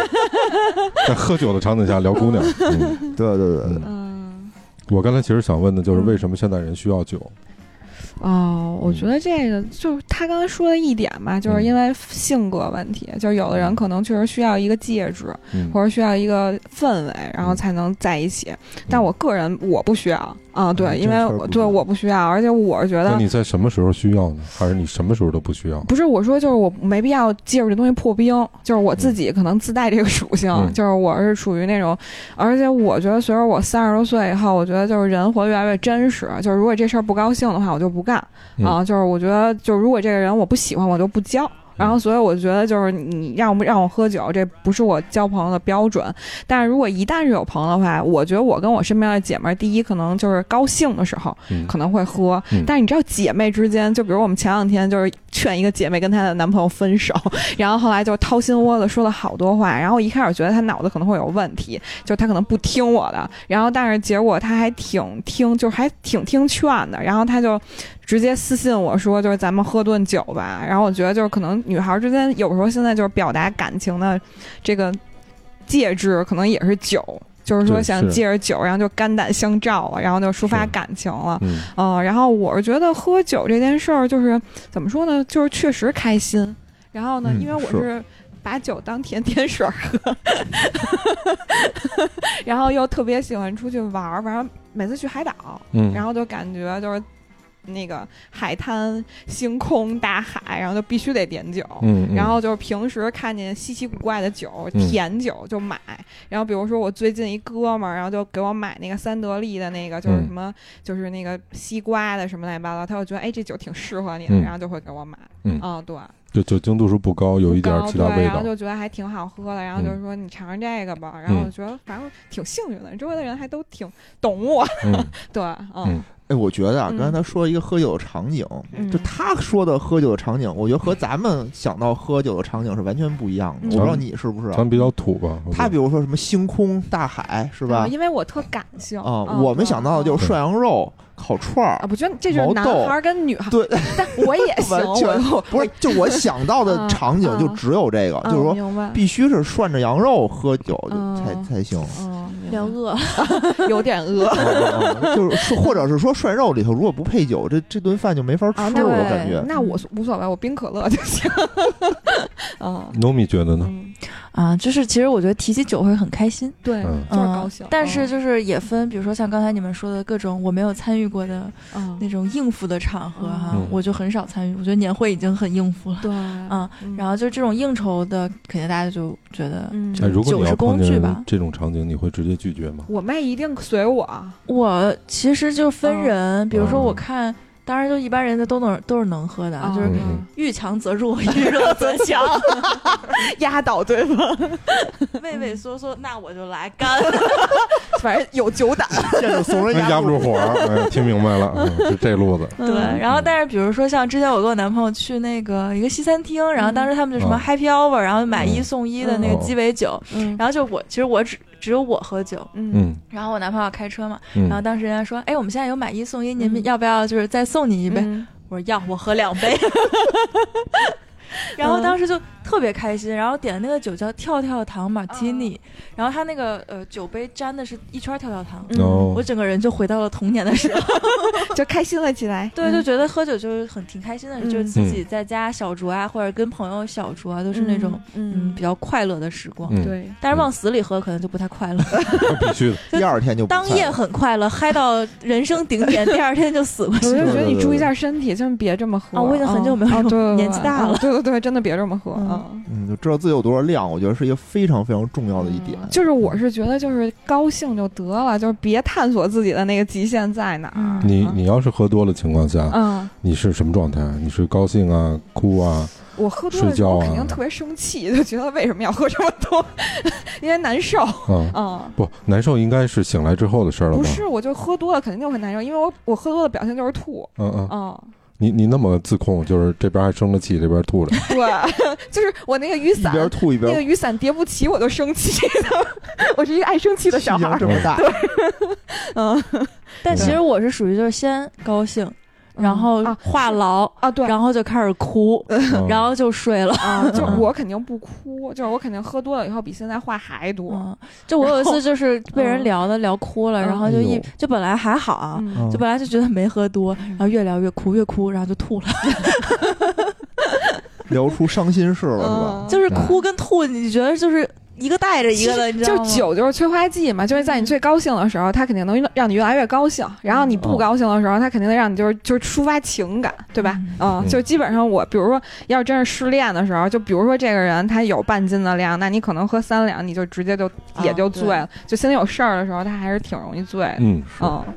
在喝酒的场景下聊姑娘，嗯
对对对对，
嗯
我刚才其实想问的就是为什么现代人需要酒？
哦，
嗯
我觉得这个就是他刚才说的一点吧，就是因为性格问题，就是有
嗯
的人可能确实需要一个戒指，
嗯，
或者需要一个氛围，然
嗯
后才能在一起。但我个人我不需要啊，
嗯
对，因
这
为
事儿
我
不
对
需要
我不需要，而且我是觉
那
得
你在什么时候需要呢？还是你什么时候都不需要？
不是我说，就是我没必要借助这东西破冰，就是我自己可能自带这个属性，
嗯
就是我是属于那种，而且我觉得随着我三十多岁以后，我觉得就是人活得越来越真实，就是如果这事儿不高兴的话，我就不干、
嗯
啊，就是我觉得就是如果这个人我不喜欢，我就不交。然后，所以我觉得就是你让不让我喝酒，这不是我交朋友的标准。但是如果一旦是有朋友的话，我觉得我跟我身边的姐妹儿，第一可能就是高兴的时候，
嗯
可能会喝，
嗯
但是你知道姐妹之间，就比如我们前两天就是劝一个姐妹跟她的男朋友分手， 然后后来就掏心窝子说了好多话，然后我一开始觉得她脑子可能会有问题，就是她可能不听我的，然后但是结果她还挺听，就是还挺听劝的，然后她就直接私信我说就是咱们喝顿酒吧，然后我觉得就是可能女孩之间有时候现在就是表达感情的这个介质可能也是酒。就是说
对
想
是
借着酒，然后就肝胆相照了，然后就抒发
是
感情了。
嗯，
嗯，然后我是觉得喝酒这件事儿，就是怎么说呢，就是确实开心。然后呢，
嗯
因为我
是
是把酒当甜甜水儿喝， 然后又特别喜欢出去玩儿，反正每次去海岛，
嗯
然后就感觉就是那个海滩、星空、大海，然后就必须得点酒。
嗯，嗯
然后就是平时看见稀奇古怪的酒，
嗯
甜酒就买。然后比如说我最近一哥们儿，然后就给我买那个三得利的那个，就是
嗯
什么、就是那个西瓜的什么乱七八糟，他就觉得哎这酒挺适合你的，
嗯
然后就会给我买。
嗯
对，
就酒精度数不高，有一点
然后
其他
对，
味
然后
道。嗯
就觉得还挺好喝的，然后就是说你尝尝这个吧。然后我觉得反正挺幸运的，周围的人还都挺懂我。
嗯，
对，嗯
嗯
哎，我觉得啊，
嗯
刚才他说一个喝酒的场景，
嗯，
就他说的喝酒的场景，我觉得和咱们想到喝酒的场景是完全不一样的。
嗯
我不知道你是不是啊、
咱们比较土吧？我觉得
他比如说什么星空、大海，是吧
啊？因为我特感性。
啊，我们想到的
嗯
就是是涮羊肉、烤串
啊，
儿，
不就这就是
毛
男
豆
孩儿跟女孩儿，
对，
但我也行，
完
我
全
就
不是，就我想到的
啊
场景
啊
就只有这个，
嗯
就是说
明白，
必须是涮着羊肉喝酒就
嗯
才才行。
嗯，明
聊
白
饿了，
有点饿
啊啊啊就是说，或者是说涮肉里头如果不配酒，这这顿饭就没法吃，
啊，那
我
我
感觉。
那
嗯
我无所谓，我冰可乐就行，嗯。
Nomi 觉得呢？
嗯，
啊，就是其实我觉得提起酒会很开心，
对，
嗯
就是高兴。
但是嗯就是也分，比如说像刚才你们说的各种我没有参与过的
嗯，
那种应付的场合哈、
嗯
我就很少参与。我觉得年会已经很应付了，
对，
嗯，然后就这种应酬的，肯定大家就觉得
嗯
就
哎，如果
酒
你
是
要
工
碰
具
见
吧。
这种场景，你会直接拒绝吗？
我妹一定随我，啊
我其实就分人，比如说我看当然就一般人家都能都是能喝的，就是
嗯
嗯
遇强则弱，遇弱则 强，
压倒对方，
畏畏缩缩，那我就来干。
反正有 酒胆。
见着怂人
那
压
压不住火儿，哎，听明白了，嗯是这路子。
对，然后
嗯
但是比如说像之前我跟我男朋友去那个一个西餐厅，然后当时他们就什么
嗯
Happy Hour，然后买
嗯
一送一的那个
哦
鸡尾酒，
嗯
然后就我其实我只只有我喝酒，
嗯
嗯
然后我男朋友开车嘛，
嗯
然后当时人家说，哎，我们现在有买一送一，你们
嗯
要不要就是再送你一
嗯
杯？我说要，我喝两杯。 然后当时就特别开心，然后点的那个酒叫跳跳糖
嗯
马提尼，然后它那个呃酒杯沾的是一圈跳跳糖，
嗯
哦
我，整个人就回到了童年的时候。
就开心了起来。
对，
嗯
就觉得喝酒就是很挺开心的，
嗯
就是自己在家小酌啊，或者跟朋友小酌啊，都是那种嗯比较快乐的时光。
嗯，
对，
但是往死里喝可能就不太快乐，
嗯
那必须的，
第二天就不
当
菜
夜
了
很快乐，嗨到人生顶 点，第二天就死过去
我
了。
就
对
觉得
对
你
对
注
对
意一下身体，真别这么喝
啊我已经很久没有
嗯
这么
啊对对对
年纪大
啊
了
对对对，真的别这么喝
嗯
啊。
嗯，就知道自己有多少量，我觉得是一个非常非常重要的一点。
嗯就是我是觉得，就是高兴就得了，就是别探索自己的那个极限在哪
嗯
儿。
你
啊
你要是喝多了情况下，
嗯，
你是什么状态？你是高兴啊、哭啊？
我喝多了
睡
之
觉啊
后肯定特别生气，就觉得为什么要喝这么多， 因为难受。
啊
嗯，
嗯，
不，难受应该是醒来之后的事儿了吧
不？是，我就喝多了肯定就很难受，因为我我喝多了表现就是吐。
嗯嗯，
啊
嗯，
你你那么自控，就是这边还生着气，这边吐着。
对， 就是我那个雨
一
伞，
边吐一
那个
边
雨伞叠不齐，我就生气 我是一个爱生气的小
气
孩
量
儿。
这么大，
嗯，
但其实我是属于就是先高兴，然后
啊
话痨，
啊，对，
然后就开始哭，
嗯
然后就睡了。
啊，就是我肯定不哭，就是我肯定喝多了以后比现在话还多。
嗯，就我有一
然
次
后
就是被人
嗯
聊的聊哭了，
嗯
然后就
哎
一
呦
就本来还好啊，
嗯
就本来就觉得没喝多，然后越聊越哭，越哭，然后就吐了。
聊出伤心事了是吧？
就是
哎
哭跟吐，你觉得就是一个带着一个的，你知道
就
吗？
酒就是催化剂嘛，就是在你最高兴的时候，它肯定能让你越来越高兴；
嗯
然后你不高兴的时候，它肯定能让你就是就是抒发情感，对吧？嗯，
嗯
就基本上我，比如说要真是失恋的时候，就比如说这个人他有半斤的量，那你可能喝三两，你就直接就也就醉了。就心里有事儿的时候，他还是挺容易醉的。
嗯
啊
嗯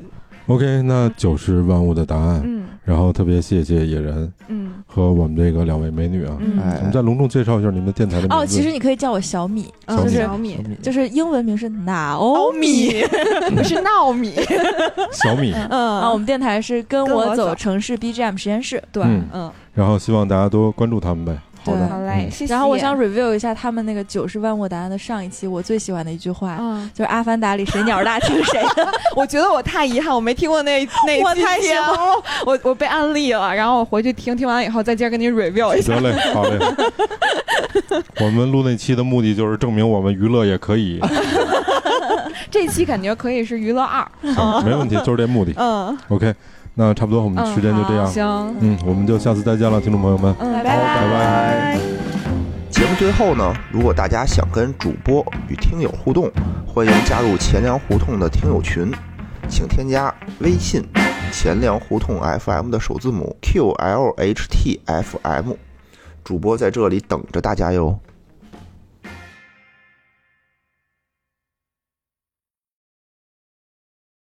，OK，那就是万物的答案。
嗯
然后特别谢谢野人
嗯
和我们这个两位美女啊，
嗯，
我们再隆重介绍一下你们电台的名字。
哦，其实你可以叫我小米，
嗯
小米
小米
嗯
就是英文名是 Naomi
不 是闹 米，
小米，
啊。我
嗯，
们电台是跟
跟
我
我
走
走
城市 BGM 实验室。
对，
嗯
嗯，
然后希望大家多关注他们呗。
对
好的，
好嘞，
嗯
谢谢。
然后我想 review 一下他们那个《九是万物答案》的上一期，我最喜欢的一句话。
嗯，
就是《阿凡达》里谁鸟大听谁的，
我觉得我太遗憾，我没听过那那一
我
期
太
节
喜欢
目了，我我被安利了，然后我回去听，听完以后再接着跟你 review 一下。
得嘞，好 嘞。我们录那期的目的就是证明我们娱乐也可以，
这期感觉可以是娱乐二，
行没问 题，就是这目的。
哦嗯
OK，那差不多我们
嗯，
时间就这样
好，行，
嗯，我们就下次再见了，听众朋友们。
嗯，
拜
拜
拜
拜拜
节目最后呢，如果大家想跟主播与听友互动，欢迎加入钱粮胡同的听友群，请添加微信“钱粮胡同 FM” 的首字母 “QLHTFM”，主播在这里等着大家哟。